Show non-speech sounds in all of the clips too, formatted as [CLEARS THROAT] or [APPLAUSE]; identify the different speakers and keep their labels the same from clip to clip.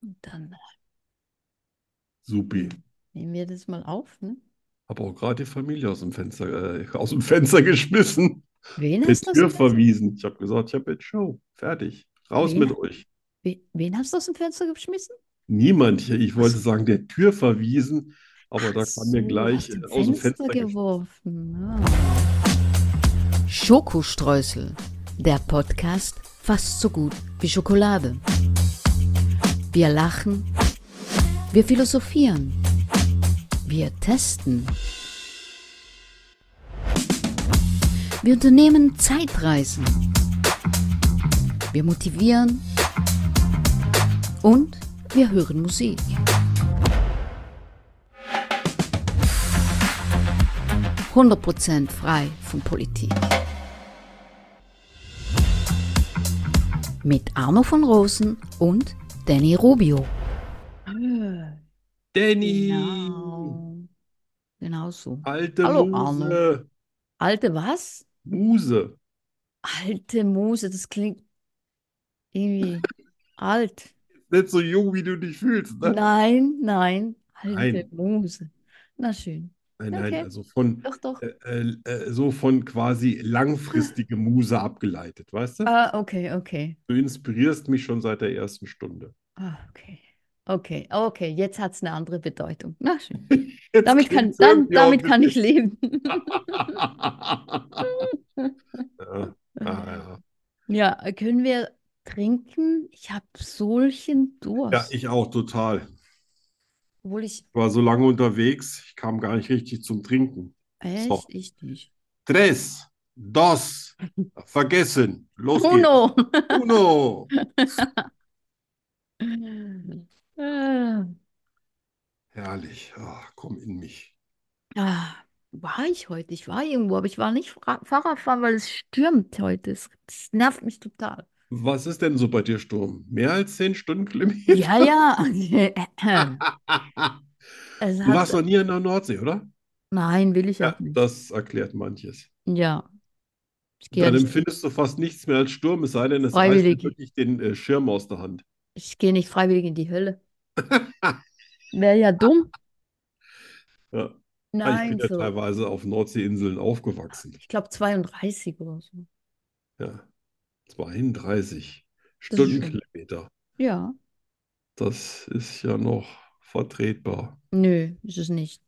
Speaker 1: Und Dann
Speaker 2: Supi.
Speaker 1: nehmen wir das mal auf, ne?
Speaker 2: Habe auch gerade die Familie aus dem Fenster, äh, aus dem Fenster geschmissen,
Speaker 1: Wen
Speaker 2: per
Speaker 1: hast du aus dem
Speaker 2: Tür
Speaker 1: Fenster?
Speaker 2: verwiesen. Ich habe gesagt, ich habe jetzt Show. Fertig. Raus
Speaker 1: Wen,
Speaker 2: mit euch.
Speaker 1: we, wen hast du aus dem Fenster geschmissen?
Speaker 2: Niemand hier. Ich
Speaker 1: Ach
Speaker 2: wollte
Speaker 1: so,
Speaker 2: sagen, der Tür verwiesen, aber
Speaker 1: ach
Speaker 2: da kam mir
Speaker 1: so,
Speaker 2: gleich
Speaker 1: aus
Speaker 2: äh,
Speaker 1: dem
Speaker 2: aus dem
Speaker 1: Fenster
Speaker 2: Fenster geschossen.
Speaker 1: geworfen. Ja.
Speaker 3: Schokostreusel, der Podcast fast so gut wie Schokolade. Wir lachen, wir philosophieren, wir testen, wir unternehmen Zeitreisen, wir motivieren und wir hören Musik. – 100% frei von Politik. Mit Arno von Rosen und Danny Rubio.
Speaker 1: Ah,
Speaker 2: Danny,
Speaker 1: Genau. Genau so.
Speaker 2: alte
Speaker 1: Hallo, Arno.
Speaker 2: Muse,
Speaker 1: Alte was?
Speaker 2: Muse.
Speaker 1: Alte Muse, das klingt irgendwie alt.
Speaker 2: Nicht so jung, wie du dich fühlst,
Speaker 1: Genau.
Speaker 2: ne?
Speaker 1: Nein, nein, alte
Speaker 2: Nein,
Speaker 1: Muse. Na schön.
Speaker 2: nein, nein.
Speaker 1: Okay,
Speaker 2: Also von
Speaker 1: doch, doch.
Speaker 2: äh, äh, äh, so von quasi langfristige Muse abgeleitet, weißt du?
Speaker 1: Ah, okay, okay.
Speaker 2: Du inspirierst mich schon seit der ersten Stunde.
Speaker 1: Ah, okay. Okay, okay, jetzt hat es eine andere Bedeutung. Na schön.
Speaker 2: Jetzt
Speaker 1: Damit kann,
Speaker 2: klingt's
Speaker 1: dann,
Speaker 2: irgendwie auch ein
Speaker 1: damit kann ich
Speaker 2: bisschen.
Speaker 1: leben.
Speaker 2: Ja, ah, ja.
Speaker 1: Ja, können wir trinken? Ich habe solchen
Speaker 2: [LAUGHS] Ja,
Speaker 1: Durst,
Speaker 2: ich auch total.
Speaker 1: obwohl ich
Speaker 2: Ich war so lange unterwegs, ich kam gar nicht richtig zum Trinken. So,
Speaker 1: echt, ich nicht.
Speaker 2: tres, dos, vergessen, los geht's.
Speaker 1: Uno. [LAUGHS]
Speaker 2: Uno.
Speaker 1: [LAUGHS] Ah,
Speaker 2: Herrlich, Ah, komm in mich.
Speaker 1: ah, war ich heute? Ich war irgendwo, aber ich war nicht Fra- Fahrradfahren, weil es stürmt heute. Es, es nervt mich total.
Speaker 2: Was ist denn so bei dir, Sturm? Mehr als 10 Stundenkilometer?
Speaker 1: Ja, ja.
Speaker 2: [LAUGHS]
Speaker 1: [LAUGHS] Es
Speaker 2: Du
Speaker 1: hat,
Speaker 2: warst noch nie in der Nordsee, oder?
Speaker 1: nein, will ich
Speaker 2: Ja,
Speaker 1: auch nicht.
Speaker 2: das erklärt manches.
Speaker 1: Ja, ich gehe ja
Speaker 2: Dann
Speaker 1: nicht
Speaker 2: empfindest du fast nichts mehr als Sturm, es sei denn, es reißt dir
Speaker 1: freiwillig.
Speaker 2: wirklich den äh, Schirm aus der Hand.
Speaker 1: Ich gehe nicht freiwillig in die Hölle. Wäre ja dumm.
Speaker 2: Ja. Ah, Ich bin
Speaker 1: Nein,
Speaker 2: ja
Speaker 1: so.
Speaker 2: teilweise auf Nordseeinseln aufgewachsen.
Speaker 1: Ich glaube 32 oder so.
Speaker 2: Ja, 32
Speaker 1: Das ist schon.
Speaker 2: Stundenkilometer.
Speaker 1: Ja.
Speaker 2: Das ist ja noch vertretbar.
Speaker 1: Nö, ist es nicht.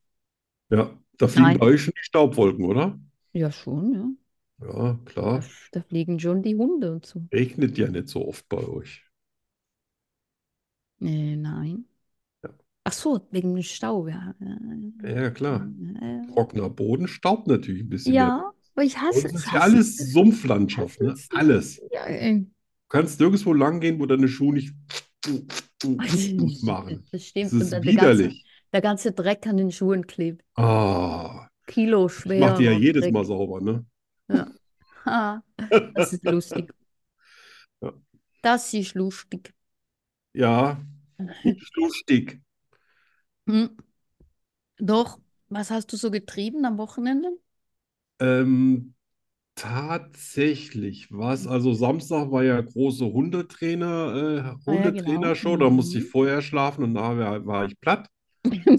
Speaker 2: Ja, da fliegen bei
Speaker 1: Nein.
Speaker 2: euch schon die Staubwolken, oder?
Speaker 1: Ja, schon, ja.
Speaker 2: Ja,
Speaker 1: Da,
Speaker 2: klar.
Speaker 1: f- da fliegen schon die Hunde und so.
Speaker 2: Regnet ja nicht so oft bei euch.
Speaker 1: Nee, nein.
Speaker 2: Ja,
Speaker 1: Ach so, wegen dem Stau, ja. Ja,
Speaker 2: ja, klar.
Speaker 1: ja.
Speaker 2: Trockener Boden staubt natürlich ein bisschen mehr.
Speaker 1: Ja, aber ich
Speaker 2: Bei
Speaker 1: hasse
Speaker 2: uns
Speaker 1: es,
Speaker 2: ist ja
Speaker 1: hasse
Speaker 2: alles
Speaker 1: es,
Speaker 2: Sumpflandschaft,
Speaker 1: hasse
Speaker 2: ne?
Speaker 1: es.
Speaker 2: Alles.
Speaker 1: Ja, ey.
Speaker 2: Du kannst nirgendwo lang gehen, wo deine Schuhe nicht [LAUGHS] machen.
Speaker 1: Das
Speaker 2: Das
Speaker 1: stimmt. Und
Speaker 2: ist
Speaker 1: dann der ganze,
Speaker 2: widerlich.
Speaker 1: der ganze Dreck an den Schuhen klebt.
Speaker 2: Ah,
Speaker 1: Kilo
Speaker 2: ich mache die ja
Speaker 1: schwerer
Speaker 2: jedes Mal
Speaker 1: Dreck.
Speaker 2: sauber, ne?
Speaker 1: Ja. Ha, das ist lustig. Das ist lustig. [LAUGHS]
Speaker 2: Ja, nicht lustig.
Speaker 1: Hm. Doch, was hast du so getrieben am Wochenende? [LAUGHS]
Speaker 2: Ähm, tatsächlich, was? Also Samstag war ja große Hundetrainer, äh,
Speaker 1: Ah ja, genau.
Speaker 2: Hundetrainershow. Da musste ich
Speaker 1: Mhm.
Speaker 2: vorher schlafen und nachher war ich platt.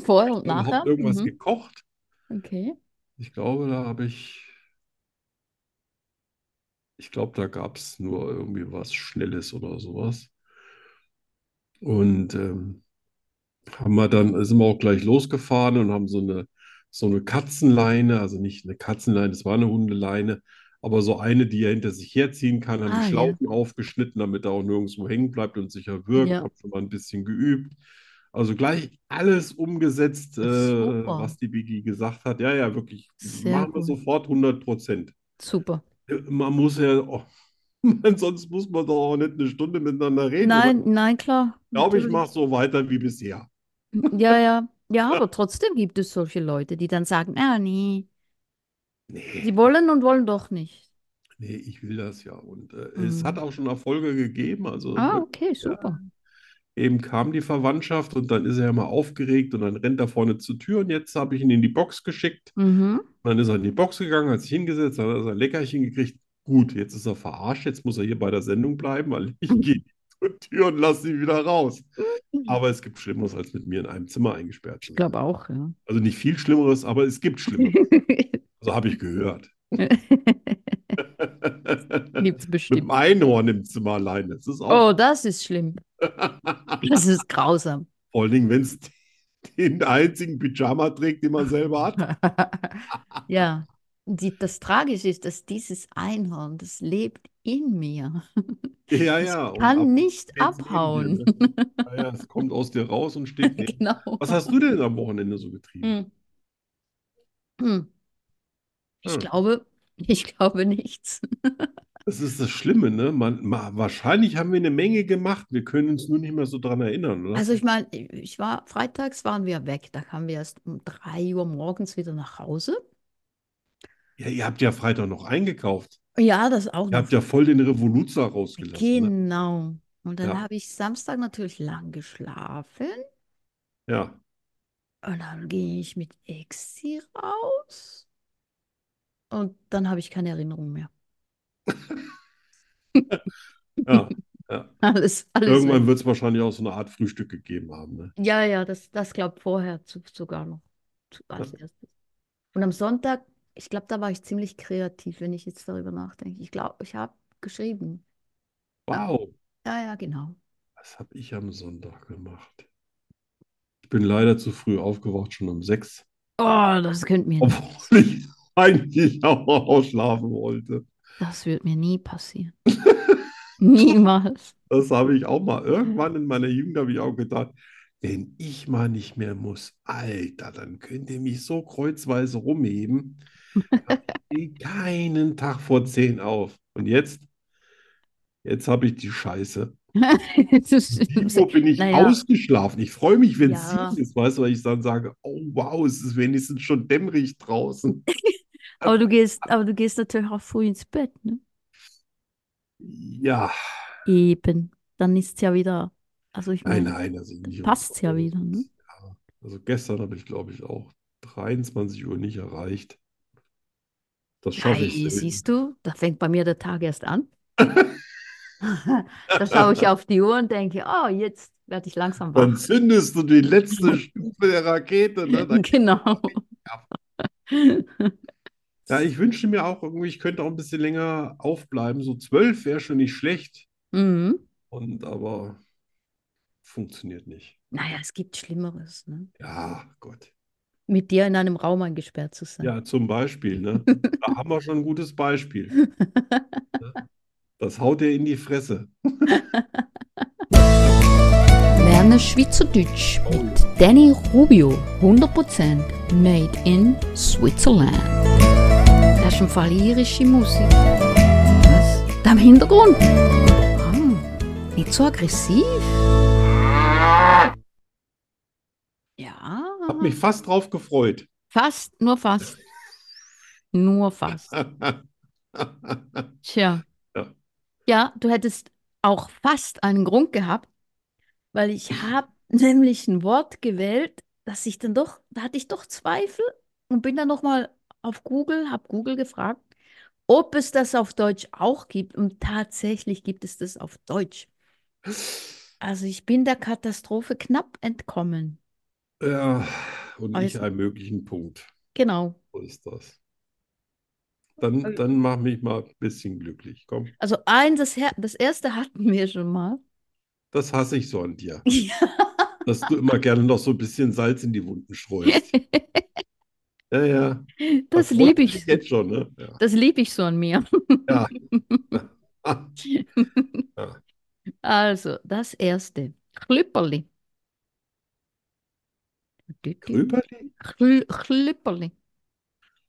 Speaker 1: Vorher und
Speaker 2: Dann habe
Speaker 1: nachher.
Speaker 2: irgendwas
Speaker 1: Mhm.
Speaker 2: gekocht.
Speaker 1: Okay.
Speaker 2: Ich glaube, da habe ich, ich glaube, da gab es nur irgendwie was Schnelles oder sowas. Und ähm, haben wir dann, sind wir auch gleich losgefahren und haben so eine, so eine Katzenleine, also nicht eine Katzenleine, es war eine Hundeleine, aber so eine, die er hinter sich herziehen kann, haben die
Speaker 1: Ah ja,
Speaker 2: Schlaufen aufgeschnitten, damit er auch nirgendwo hängen bleibt und sicher wirkt,
Speaker 1: ja,
Speaker 2: haben schon mal ein bisschen geübt. Also gleich alles umgesetzt, äh,
Speaker 1: super,
Speaker 2: was die Biggie gesagt hat. Ja, ja, wirklich,
Speaker 1: sehr
Speaker 2: machen wir
Speaker 1: gut,
Speaker 2: sofort 100 Prozent.
Speaker 1: super.
Speaker 2: Man muss ja, oh, [LAUGHS] sonst muss man doch auch nicht eine Stunde miteinander reden, oder?
Speaker 1: Nein, nein, klar,
Speaker 2: Ich glaube, ich
Speaker 1: natürlich. Hm,
Speaker 2: mache so weiter wie bisher.
Speaker 1: Ja, ja, ja, aber trotzdem gibt es solche Leute, die dann sagen, ah nee, sie
Speaker 2: Nee.
Speaker 1: wollen und wollen doch nicht.
Speaker 2: Nee, ich will das ja. Und äh, es hat
Speaker 1: Mhm.
Speaker 2: auch schon Erfolge gegeben. Also
Speaker 1: Ah,
Speaker 2: wirklich,
Speaker 1: okay,
Speaker 2: ja,
Speaker 1: super.
Speaker 2: eben kam die Verwandtschaft und dann ist er ja mal aufgeregt und dann rennt er vorne zur Tür und jetzt habe ich ihn in die Box geschickt.
Speaker 1: Mhm.
Speaker 2: Und dann ist er in die Box gegangen, hat sich hingesetzt, hat er sein Leckerchen gekriegt. Gut, jetzt ist er verarscht, jetzt muss er hier bei der Sendung bleiben, weil ich [LAUGHS] gehe. Tür und lass sie wieder raus. Aber es gibt Schlimmeres, als mit mir in einem Zimmer eingesperrt zu
Speaker 1: Ich
Speaker 2: sein.
Speaker 1: glaube auch,
Speaker 2: [LAUGHS]
Speaker 1: ja.
Speaker 2: Also nicht viel Schlimmeres, aber es
Speaker 1: [LAUGHS]
Speaker 2: gibt Schlimmeres. Also habe ich gehört. [LAUGHS] mit
Speaker 1: Gibt's
Speaker 2: einem
Speaker 1: bestimmt.
Speaker 2: Einhorn im Zimmer allein, das ist auch.
Speaker 1: Oh, das ist
Speaker 2: [LAUGHS]
Speaker 1: schlimm. Das ist grausam.
Speaker 2: Vor allen Dingen, wenn es [LAUGHS] den einzigen Pyjama trägt, den man
Speaker 1: [LAUGHS]
Speaker 2: selber hat.
Speaker 1: Ja. Die, das Tragische ist, dass dieses Einhorn, das lebt in mir.
Speaker 2: Ja,
Speaker 1: Es
Speaker 2: Ah ja. Und ab-
Speaker 1: kann
Speaker 2: [LAUGHS]
Speaker 1: nicht
Speaker 2: steht's neben dir,
Speaker 1: abhauen. [LAUGHS]
Speaker 2: ne? Ja, ja, es kommt aus dir raus und steht neben.
Speaker 1: Genau.
Speaker 2: Was hast du denn am Wochenende so getrieben?
Speaker 1: Hm. Hm. Ich
Speaker 2: Hm.
Speaker 1: glaube, ich glaube nichts.
Speaker 2: Das ist das Schlimme, ne? Man, ma, wahrscheinlich haben wir eine Menge gemacht. Wir können uns nur nicht mehr so dran erinnern, oder?
Speaker 1: Also ich meine, ich war, freitags waren wir weg. Da kamen wir erst um 3 Uhr morgens wieder nach Hause.
Speaker 2: Ja, ihr habt ja Freitag noch eingekauft.
Speaker 1: Ja, das auch
Speaker 2: Ihr habt
Speaker 1: noch.
Speaker 2: ja voll den Revoluzer rausgelassen, ne?
Speaker 1: Genau. Und dann
Speaker 2: Ja,
Speaker 1: habe ich Samstag natürlich lang geschlafen.
Speaker 2: ja.
Speaker 1: Und dann ging ich mit Exi raus. Und dann habe ich keine Erinnerung mehr. [LAUGHS]
Speaker 2: Ja, ja.
Speaker 1: Alles, [LAUGHS] alles weg.
Speaker 2: Irgendwann wird es wahrscheinlich auch so eine Art Frühstück gegeben haben, ne?
Speaker 1: Ja, ja, das, das glaube vorher zu, sogar noch zu,
Speaker 2: Ja.
Speaker 1: als erstes. Und am Sonntag, ich glaube, da war ich ziemlich kreativ, wenn ich jetzt darüber nachdenke. Ich glaube, ich habe geschrieben. Ja,
Speaker 2: Wow,
Speaker 1: ja, ja, genau.
Speaker 2: was habe ich am Sonntag gemacht? Ich bin leider zu früh aufgewacht, schon um sechs,
Speaker 1: Oh, das könnte mir nie
Speaker 2: obwohl
Speaker 1: passieren.
Speaker 2: ich [LAUGHS] eigentlich auch ausschlafen wollte.
Speaker 1: Das wird mir nie [LAUGHS] passieren. Niemals. [LAUGHS]
Speaker 2: Das habe ich auch mal.
Speaker 1: Mhm.
Speaker 2: Irgendwann in meiner Jugend habe ich auch gedacht, wenn ich mal nicht mehr muss, Alter, dann könnt ihr mich so kreuzweise rumheben.
Speaker 1: [LAUGHS]
Speaker 2: Ich stehe keinen Tag vor zehn auf. Und jetzt, jetzt habe ich die Scheiße.
Speaker 1: Das ist-
Speaker 2: 7 Uhr bin ich
Speaker 1: Naja,
Speaker 2: ausgeschlafen. Ich freue mich, wenn es sieben
Speaker 1: ja.
Speaker 2: ist, weißt du, weil ich dann sage, oh wow, es ist wenigstens schon dämmerig draußen.
Speaker 1: Aber du gehst, aber du gehst natürlich auch früh ins Bett, ne?
Speaker 2: Ja,
Speaker 1: Eben. Dann ist es ja wieder, also ich
Speaker 2: nein,
Speaker 1: meine,
Speaker 2: nein, also
Speaker 1: dann
Speaker 2: nicht um
Speaker 1: passt es ja
Speaker 2: Gottes
Speaker 1: wieder, ne?
Speaker 2: Willen. Ja. Also gestern habe ich, glaube ich, auch 23 Uhr nicht erreicht. Das schaffe ich
Speaker 1: Ei, siehst
Speaker 2: selten.
Speaker 1: du, da fängt bei mir der Tag erst an. [LAUGHS] Da schaue ich auf die Uhr und denke, oh, jetzt werde ich langsam [LAUGHS]
Speaker 2: Dann
Speaker 1: wach.
Speaker 2: zündest du
Speaker 1: [LAUGHS]
Speaker 2: die letzte Stufe der Rakete, ne? Dann geht's
Speaker 1: Genau.
Speaker 2: ab. Ja, ich wünschte mir auch irgendwie, ich könnte auch ein bisschen länger aufbleiben. So zwölf wäre schon nicht schlecht.
Speaker 1: [LAUGHS] Mhm.
Speaker 2: Und aber funktioniert nicht.
Speaker 1: Naja, es gibt Schlimmeres, ne?
Speaker 2: Ja, Gott.
Speaker 1: Mit dir in einem Raum eingesperrt zu sein.
Speaker 2: Ja, zum Beispiel,
Speaker 1: [LAUGHS]
Speaker 2: ne? Da haben wir schon ein gutes Beispiel. Ne? Das haut dir in die Fresse.
Speaker 3: Lerne Schweizerdeutsch
Speaker 2: Oh
Speaker 3: mit
Speaker 2: ja.
Speaker 3: Danny Rubio. 100% made in Switzerland. Das ist im Fall irische Musik. Was? Da im Hintergrund. Ah, nicht so aggressiv.
Speaker 1: Ja,
Speaker 2: Hab mich fast drauf [LAUGHS] gefreut.
Speaker 1: fast, nur fast, nur fast.
Speaker 2: Ja.
Speaker 1: Tja, ja, du hättest auch fast einen Grund gehabt, weil ich habe nämlich ein Wort gewählt, dass ich dann doch, da hatte ich doch Zweifel und bin dann nochmal auf Google, habe Google gefragt, ob es das auf Deutsch auch gibt und tatsächlich gibt es das auf Deutsch. Also ich bin der Katastrophe knapp entkommen.
Speaker 2: Ja, und nicht
Speaker 1: Also,
Speaker 2: einen möglichen Punkt.
Speaker 1: genau.
Speaker 2: So ist das. Dann, dann mach mich mal ein bisschen glücklich. Komm,
Speaker 1: Also eins, das, Her das erste hatten wir schon mal. [LAUGHS]
Speaker 2: das hasse ich so an dir,
Speaker 1: Ja.
Speaker 2: dass du immer gerne noch so ein bisschen Salz in die
Speaker 1: [LAUGHS]
Speaker 2: Wunden streust. Ja, ja, das
Speaker 1: Das
Speaker 2: freut
Speaker 1: liebe
Speaker 2: mich
Speaker 1: ich,
Speaker 2: jetzt schon, ne? Ja.
Speaker 1: das liebe ich so an mir.
Speaker 2: Ja.
Speaker 1: [LAUGHS]
Speaker 2: Ja. Ja.
Speaker 1: Also, das erste. Klüpperli. Dü- dü- dü.
Speaker 2: Grüberli?
Speaker 1: Klü- Klüpperli.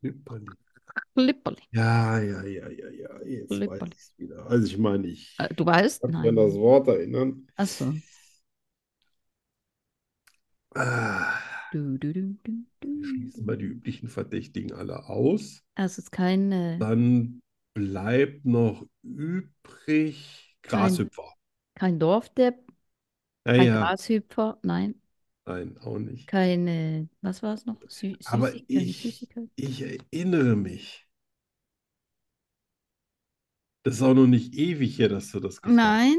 Speaker 2: Grüberli.
Speaker 1: Klüpperli.
Speaker 2: Ja, ja, ja, ja, ja, jetzt weiß
Speaker 1: Klüpperli.
Speaker 2: ich es wieder. Also ich meine,
Speaker 1: Äh,
Speaker 2: ich
Speaker 1: Du weißt?
Speaker 2: kann mich an das
Speaker 1: Nein.
Speaker 2: Wort erinnern.
Speaker 1: Ach so.
Speaker 2: Ah,
Speaker 1: Du, du, du, du,
Speaker 2: wir schließen
Speaker 1: du.
Speaker 2: mal die üblichen Verdächtigen alle aus.
Speaker 1: Also, es ist kein, äh,
Speaker 2: Dann bleibt noch übrig
Speaker 1: kein,
Speaker 2: Grashüpfer.
Speaker 1: kein Dorfdepp,
Speaker 2: Ja,
Speaker 1: kein
Speaker 2: ja,
Speaker 1: Grashüpfer, nein.
Speaker 2: nein, auch nicht.
Speaker 1: Keine, was war es noch? Sü
Speaker 2: Aber
Speaker 1: Süßig, keine
Speaker 2: ich,
Speaker 1: Süßigkeit.
Speaker 2: ich erinnere mich. Das ist auch noch nicht ewig her, dass du das gefragt
Speaker 1: Nein.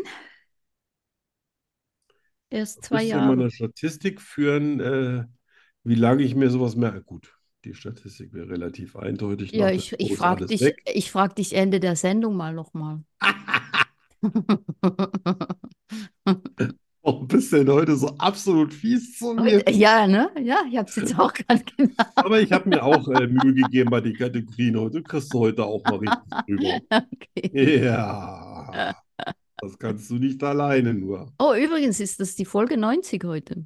Speaker 1: Erst zwei
Speaker 2: Müsste
Speaker 1: Jahre.
Speaker 2: man eine Statistik führen, äh, wie lange ich mir sowas merke. Gut, die Statistik wäre relativ eindeutig.
Speaker 1: Ja,
Speaker 2: nach der
Speaker 1: ich,
Speaker 2: Geburt
Speaker 1: ich
Speaker 2: ist
Speaker 1: frage
Speaker 2: alles
Speaker 1: dich,
Speaker 2: weg. [LAUGHS]
Speaker 1: ich frag dich Ende der Sendung mal [LAUGHS] nochmal.
Speaker 2: Warum bist du denn heute so absolut fies zu mir?
Speaker 1: Ja, ne? Ja, ich habe es jetzt auch gerade genannt.
Speaker 2: Aber ich habe mir auch äh, Mühe gegeben bei den Kategorien heute. Kriegst du heute auch mal richtig drüber.
Speaker 1: [LAUGHS] Okay.
Speaker 2: Ja, das kannst du nicht alleine nur.
Speaker 1: Oh, übrigens ist das die Folge 90 heute.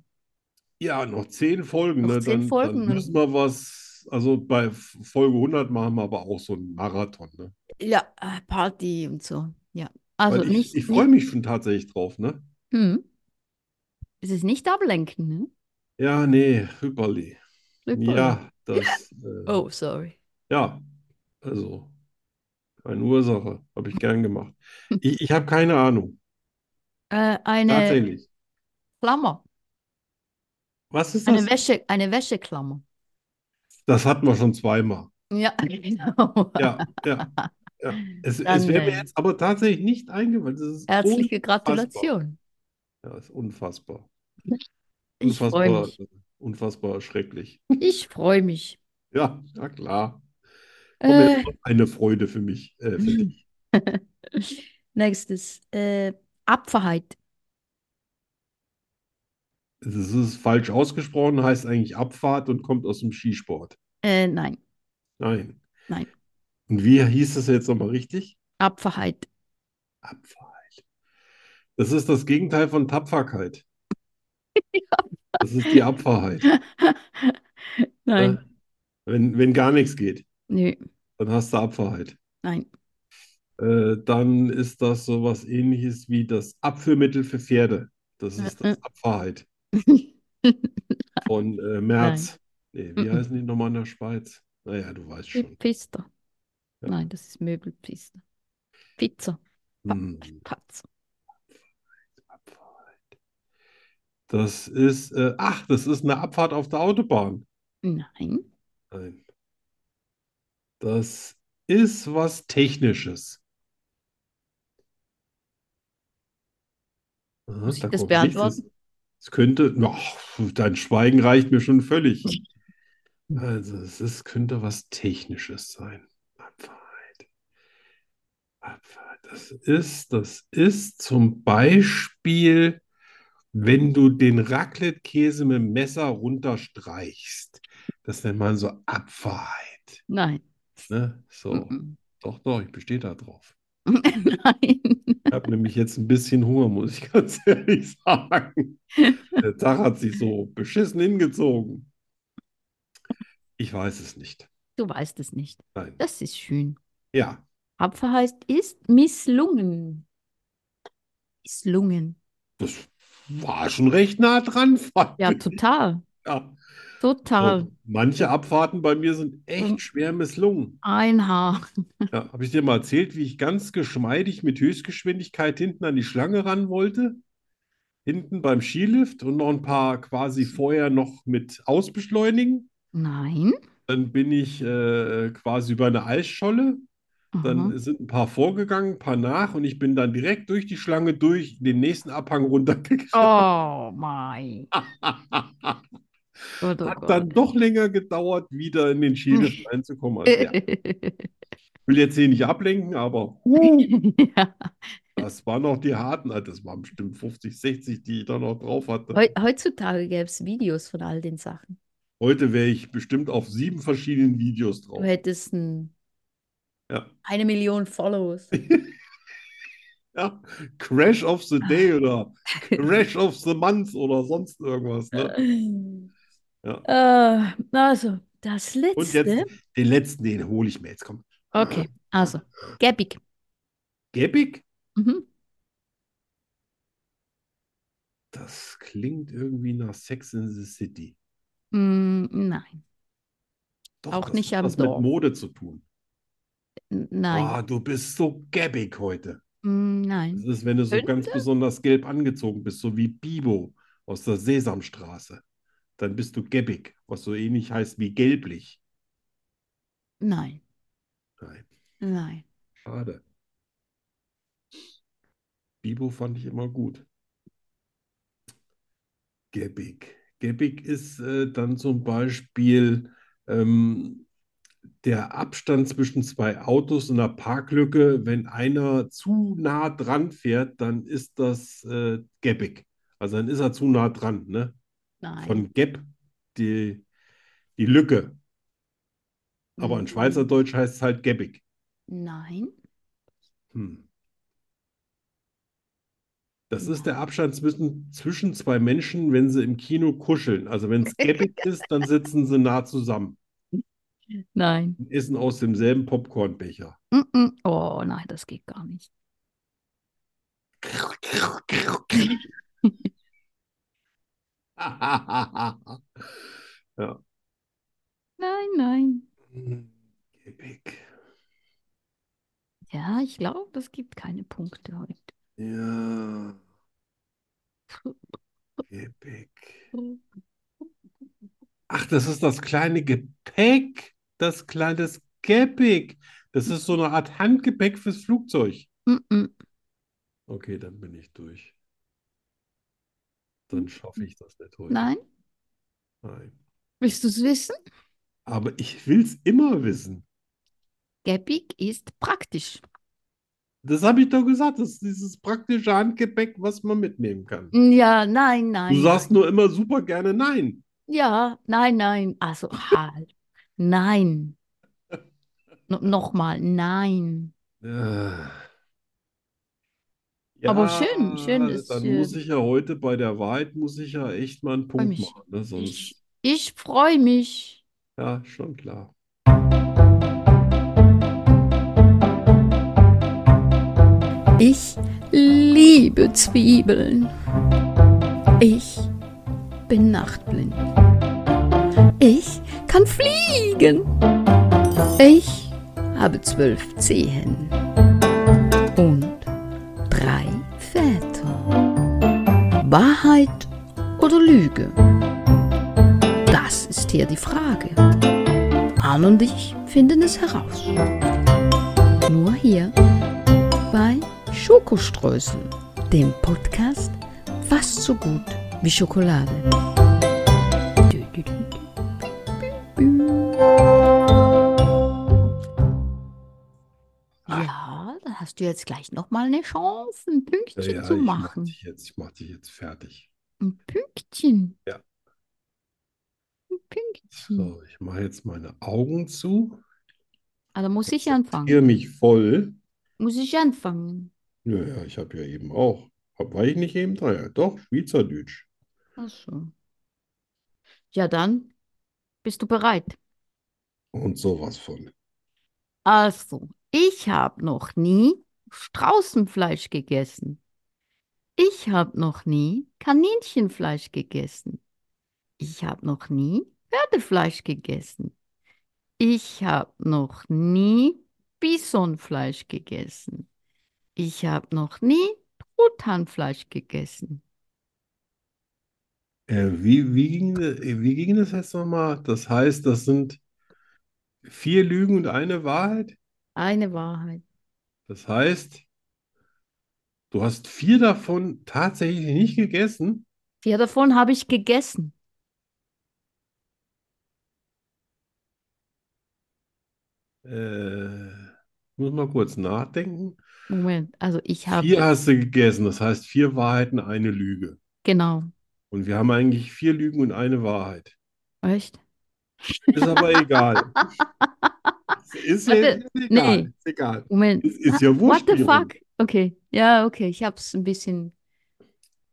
Speaker 2: Ja, noch zehn Folgen,
Speaker 1: Noch
Speaker 2: ne?
Speaker 1: zehn
Speaker 2: Dann,
Speaker 1: Folgen,
Speaker 2: dann
Speaker 1: ne?
Speaker 2: müssen wir was, also bei F- Folge 100 machen wir aber auch so einen Marathon, ne?
Speaker 1: Ja, äh, Party und so. Ja. Also
Speaker 2: Weil ich,
Speaker 1: nicht,
Speaker 2: ich freue mich schon tatsächlich drauf, ne?
Speaker 1: nicht, hm. Es ist nicht ablenken, ne?
Speaker 2: Ja, nee, Hyperli.
Speaker 1: Flipperli.
Speaker 2: Ja,
Speaker 1: [LAUGHS]
Speaker 2: das, äh,
Speaker 1: Oh, sorry.
Speaker 2: ja, also keine Ursache, habe ich
Speaker 1: [LAUGHS]
Speaker 2: gern gemacht. Ich, ich habe keine Ahnung,
Speaker 1: Äh, eine
Speaker 2: tatsächlich.
Speaker 1: Klammer,
Speaker 2: Was ist
Speaker 1: eine
Speaker 2: das?
Speaker 1: Wäsche, eine Wäscheklammer.
Speaker 2: Das hatten wir
Speaker 1: [LAUGHS]
Speaker 2: schon zweimal.
Speaker 1: Ja, genau.
Speaker 2: Ja, ja, ja. Es, es
Speaker 1: Dann,
Speaker 2: wäre mir
Speaker 1: äh,
Speaker 2: jetzt aber tatsächlich nicht eingefallen. Das ist
Speaker 1: Herzliche
Speaker 2: unfassbar.
Speaker 1: Gratulation.
Speaker 2: Ja, das ist unfassbar.
Speaker 1: Ich freu
Speaker 2: Unfassbar,
Speaker 1: mich.
Speaker 2: unfassbar schrecklich.
Speaker 1: Ich freue mich.
Speaker 2: Ja, na klar. Komm,
Speaker 1: Äh,
Speaker 2: jetzt noch eine Freude für mich, äh, für
Speaker 1: [LAUGHS]
Speaker 2: dich.
Speaker 1: Nächstes. Äh, Abfahheit.
Speaker 2: Das ist falsch ausgesprochen, heißt eigentlich Abfahrt und kommt aus dem Skisport.
Speaker 1: Äh, nein,
Speaker 2: Nein.
Speaker 1: Nein.
Speaker 2: Und wie hieß das jetzt nochmal richtig?
Speaker 1: Abfahheit.
Speaker 2: Abfahrt. Das ist das Gegenteil
Speaker 1: [LAUGHS]
Speaker 2: von Tapferkeit. Das ist die Abfahrheit.
Speaker 1: Nein,
Speaker 2: Ne? Wenn, wenn gar nichts geht,
Speaker 1: nö,
Speaker 2: dann hast du Abfahrheit.
Speaker 1: nein.
Speaker 2: Äh, dann ist das so was Ähnliches wie das Abführmittel für Pferde. Das ist
Speaker 1: Mhm.
Speaker 2: das Abfahrheit von äh, Merz. Nee, wie
Speaker 1: Mhm.
Speaker 2: heißen die nochmal in der Schweiz? Naja, du weißt schon.
Speaker 1: Pfister.
Speaker 2: Ja.
Speaker 1: Nein, das ist Möbelpfister. Pizza.
Speaker 2: Hm,
Speaker 1: Patz.
Speaker 2: Abfahrheit. halt. Das ist, äh, ach, das ist eine Abfahrt auf der Autobahn.
Speaker 1: Nein,
Speaker 2: Nein. Das ist was Technisches. Aha,
Speaker 1: muss ich
Speaker 2: da
Speaker 1: das
Speaker 2: kommt nichts.
Speaker 1: beantworten?
Speaker 2: Es könnte, ach, dein Schweigen reicht mir schon völlig. Also, es ist, könnte was Technisches sein. Abfahrt. Abfahrt. Das ist, das ist zum Beispiel, wenn du den Raclette-Käse mit dem Messer runterstreichst. Das nennt man so Abfahrt.
Speaker 1: Nein.
Speaker 2: Ne? So,
Speaker 1: Mhm.
Speaker 2: doch, doch, ich bestehe da drauf.
Speaker 1: [LAUGHS] Nein.
Speaker 2: Ich habe nämlich jetzt ein bisschen Hunger, muss ich [LAUGHS] ganz ehrlich sagen. Der Tag hat sich so beschissen hingezogen. Ich weiß es nicht.
Speaker 1: Du weißt es nicht.
Speaker 2: Nein.
Speaker 1: Das ist schön.
Speaker 2: Ja.
Speaker 1: Abfahrt ist misslungen. Misslungen.
Speaker 2: Das war schon recht nah dran, [LAUGHS] fand
Speaker 1: Ja,
Speaker 2: ich.
Speaker 1: total.
Speaker 2: Ja.
Speaker 1: Total.
Speaker 2: Also, manche Abfahrten bei mir sind
Speaker 1: Mhm.
Speaker 2: echt schwer misslungen.
Speaker 1: Ein Haar.
Speaker 2: Ja, habe ich dir mal erzählt, wie ich ganz geschmeidig mit Höchstgeschwindigkeit hinten an die Schlange ran wollte? Hinten beim Skilift und noch ein paar quasi vorher noch mit ausbeschleunigen.
Speaker 1: Nein.
Speaker 2: Dann bin ich äh, quasi über eine Eisscholle. Dann
Speaker 1: Aha.
Speaker 2: sind ein paar vorgegangen, ein paar nach und ich bin dann direkt durch die Schlange durch den nächsten Abhang runtergegangen.
Speaker 1: Oh mein Gott, oh
Speaker 2: Hat
Speaker 1: Gott.
Speaker 2: Ah,
Speaker 1: [LAUGHS] Hm.
Speaker 2: dann doch länger gedauert, wieder in den Skilift reinzukommen. als
Speaker 1: Äh,
Speaker 2: der. Ich will jetzt hier nicht ablenken, aber
Speaker 1: ja.
Speaker 2: das waren noch die harten. Das waren bestimmt 50, 60, die ich da noch drauf hatte.
Speaker 1: Heu heutzutage gäbe es Videos von all den Sachen.
Speaker 2: Heute wäre ich bestimmt auf sieben verschiedenen Videos
Speaker 1: Du
Speaker 2: drauf.
Speaker 1: hättest ein,
Speaker 2: Ja.
Speaker 1: eine Million Follows.
Speaker 2: [LAUGHS] Ja. Crash of
Speaker 1: Ah.
Speaker 2: the
Speaker 1: [LAUGHS]
Speaker 2: Day oder Crash of the Month oder sonst irgendwas. Ne? Ja.
Speaker 1: Äh, also, das
Speaker 2: Und
Speaker 1: letzte.
Speaker 2: jetzt den letzten, den hole ich mir jetzt. Komm.
Speaker 1: Okay, also, gäbig.
Speaker 2: Gäbig?
Speaker 1: Mhm.
Speaker 2: Das klingt irgendwie nach Sex in the City.
Speaker 1: Mm, nein,
Speaker 2: Doch,
Speaker 1: Auch
Speaker 2: das
Speaker 1: nicht
Speaker 2: hat
Speaker 1: am
Speaker 2: was mit
Speaker 1: Dorf.
Speaker 2: Mode zu tun.
Speaker 1: N- nein,
Speaker 2: Ah, du bist so gäbig heute.
Speaker 1: mm,
Speaker 2: Das
Speaker 1: nein.
Speaker 2: ist, wenn du so ganz
Speaker 1: Könnte?
Speaker 2: besonders gelb angezogen bist, so wie Bibo aus der Sesamstraße. Dann bist du gebbig, was so ähnlich heißt wie gelblich.
Speaker 1: Nein,
Speaker 2: Nein,
Speaker 1: nein.
Speaker 2: schade. Bibo fand ich immer gut. Geppig. Geppig ist äh, dann zum Beispiel ähm, der Abstand zwischen zwei Autos in einer Parklücke. Wenn einer zu nah dran fährt, dann ist das äh, geppig. Also dann ist er zu nah dran. Ne?
Speaker 1: Nein.
Speaker 2: Von Gap die, die Lücke. Aber in
Speaker 1: Mhm.
Speaker 2: Schweizerdeutsch heißt es halt geppig.
Speaker 1: Nein.
Speaker 2: Hm. Das
Speaker 1: Ja.
Speaker 2: ist der Abstand zwischen, zwischen zwei Menschen, wenn sie im Kino kuscheln. Also wenn es geppig ist, dann sitzen sie nah zusammen
Speaker 1: Nein.
Speaker 2: und essen aus demselben Popcornbecher.
Speaker 1: Mm-mm. Oh nein, das geht gar nicht.
Speaker 2: Ja.
Speaker 1: Nein, nein.
Speaker 2: Geppig.
Speaker 1: Ja, ich glaube, das gibt keine Punkte heute.
Speaker 2: Ja. Gepäck.
Speaker 1: Mm,
Speaker 2: Ach, das ist das kleine Gepäck. Das kleine Gepäck. Das ist so eine Art Handgepäck fürs Flugzeug.
Speaker 1: Mm-mm.
Speaker 2: Okay, dann bin ich durch. Dann schaffe ich das nicht heute.
Speaker 1: Nein.
Speaker 2: Nein.
Speaker 1: Willst du es wissen?
Speaker 2: Aber ich will es immer wissen.
Speaker 1: Geppig ist praktisch.
Speaker 2: Das habe ich doch gesagt. Das ist dieses praktische Handgepäck, was man mitnehmen kann.
Speaker 1: Hm, Ja, nein,
Speaker 2: Du
Speaker 1: nein.
Speaker 2: sagst nur immer super gerne nein.
Speaker 1: Ja, nein, nein. Also halt. Nein. No nochmal, nein.
Speaker 2: Ah.
Speaker 1: Aber
Speaker 2: Ja,
Speaker 1: schön, schön ist,
Speaker 2: dann
Speaker 1: äh,
Speaker 2: muss ich ja heute bei der Wahrheit, muss ich ja echt mal einen Punkt
Speaker 1: mich.
Speaker 2: machen, ne? Sonst,
Speaker 1: Ich, ich freue mich.
Speaker 2: ja, schon klar.
Speaker 3: Ich liebe Zwiebeln. Ich bin nachtblind. Ich kann fliegen. Ich habe zwölf Zehen und drei Väter. Wahrheit oder Lüge? Das ist hier die Frage. Anne und ich finden es heraus. Nur hier bei Schokoströßen, dem Podcast fast so gut wie Schokolade. Dü, dü, dü.
Speaker 1: Ja, da hast du jetzt gleich nochmal eine Chance, ein
Speaker 2: Ja,
Speaker 1: Pünktchen
Speaker 2: ja,
Speaker 1: zu
Speaker 2: ich mach
Speaker 1: machen.
Speaker 2: dich jetzt, ich mach dich jetzt fertig.
Speaker 1: Ein Pünktchen.
Speaker 2: Ja.
Speaker 1: Ein Pünktchen.
Speaker 2: So, ich mache jetzt meine Augen zu,
Speaker 1: Also muss ich anfangen.
Speaker 2: hier mich voll.
Speaker 1: Muss ich anfangen.
Speaker 2: Ja, ja, ich habe ja eben auch. Hab, war ich nicht eben da? Ja, doch, Schweizerdeutsch.
Speaker 1: Ach so. Ja, dann bist du bereit.
Speaker 2: Und sowas von.
Speaker 1: Also, ich habe noch nie Straußenfleisch gegessen. Ich habe noch nie Kaninchenfleisch gegessen. Ich habe noch nie Pferdefleisch gegessen. Ich habe noch nie Bisonfleisch gegessen. Ich habe noch nie Truthahnfleisch gegessen.
Speaker 2: Äh, wie, wie ging, äh, wie ging das jetzt nochmal? Das heißt, das sind vier Lügen und eine Wahrheit?
Speaker 1: Eine Wahrheit.
Speaker 2: Das heißt, du hast vier davon tatsächlich nicht gegessen.
Speaker 1: Vier davon habe ich gegessen.
Speaker 2: Äh, muss mal kurz nachdenken.
Speaker 1: Moment, also ich habe,
Speaker 2: Vier hast du gegessen, das heißt vier Wahrheiten, eine Lüge.
Speaker 1: genau,
Speaker 2: Und wir haben eigentlich vier Lügen und eine Wahrheit.
Speaker 1: echt? [LAUGHS]
Speaker 2: Ist aber egal. Ist ja
Speaker 1: Warte,
Speaker 2: egal.
Speaker 1: nee.
Speaker 2: Ist egal.
Speaker 1: Moment.
Speaker 2: Ist, ist ja
Speaker 1: What
Speaker 2: wurscht.
Speaker 1: the
Speaker 2: wie rum.
Speaker 1: fuck? Okay, ja, okay, ich habe es ein bisschen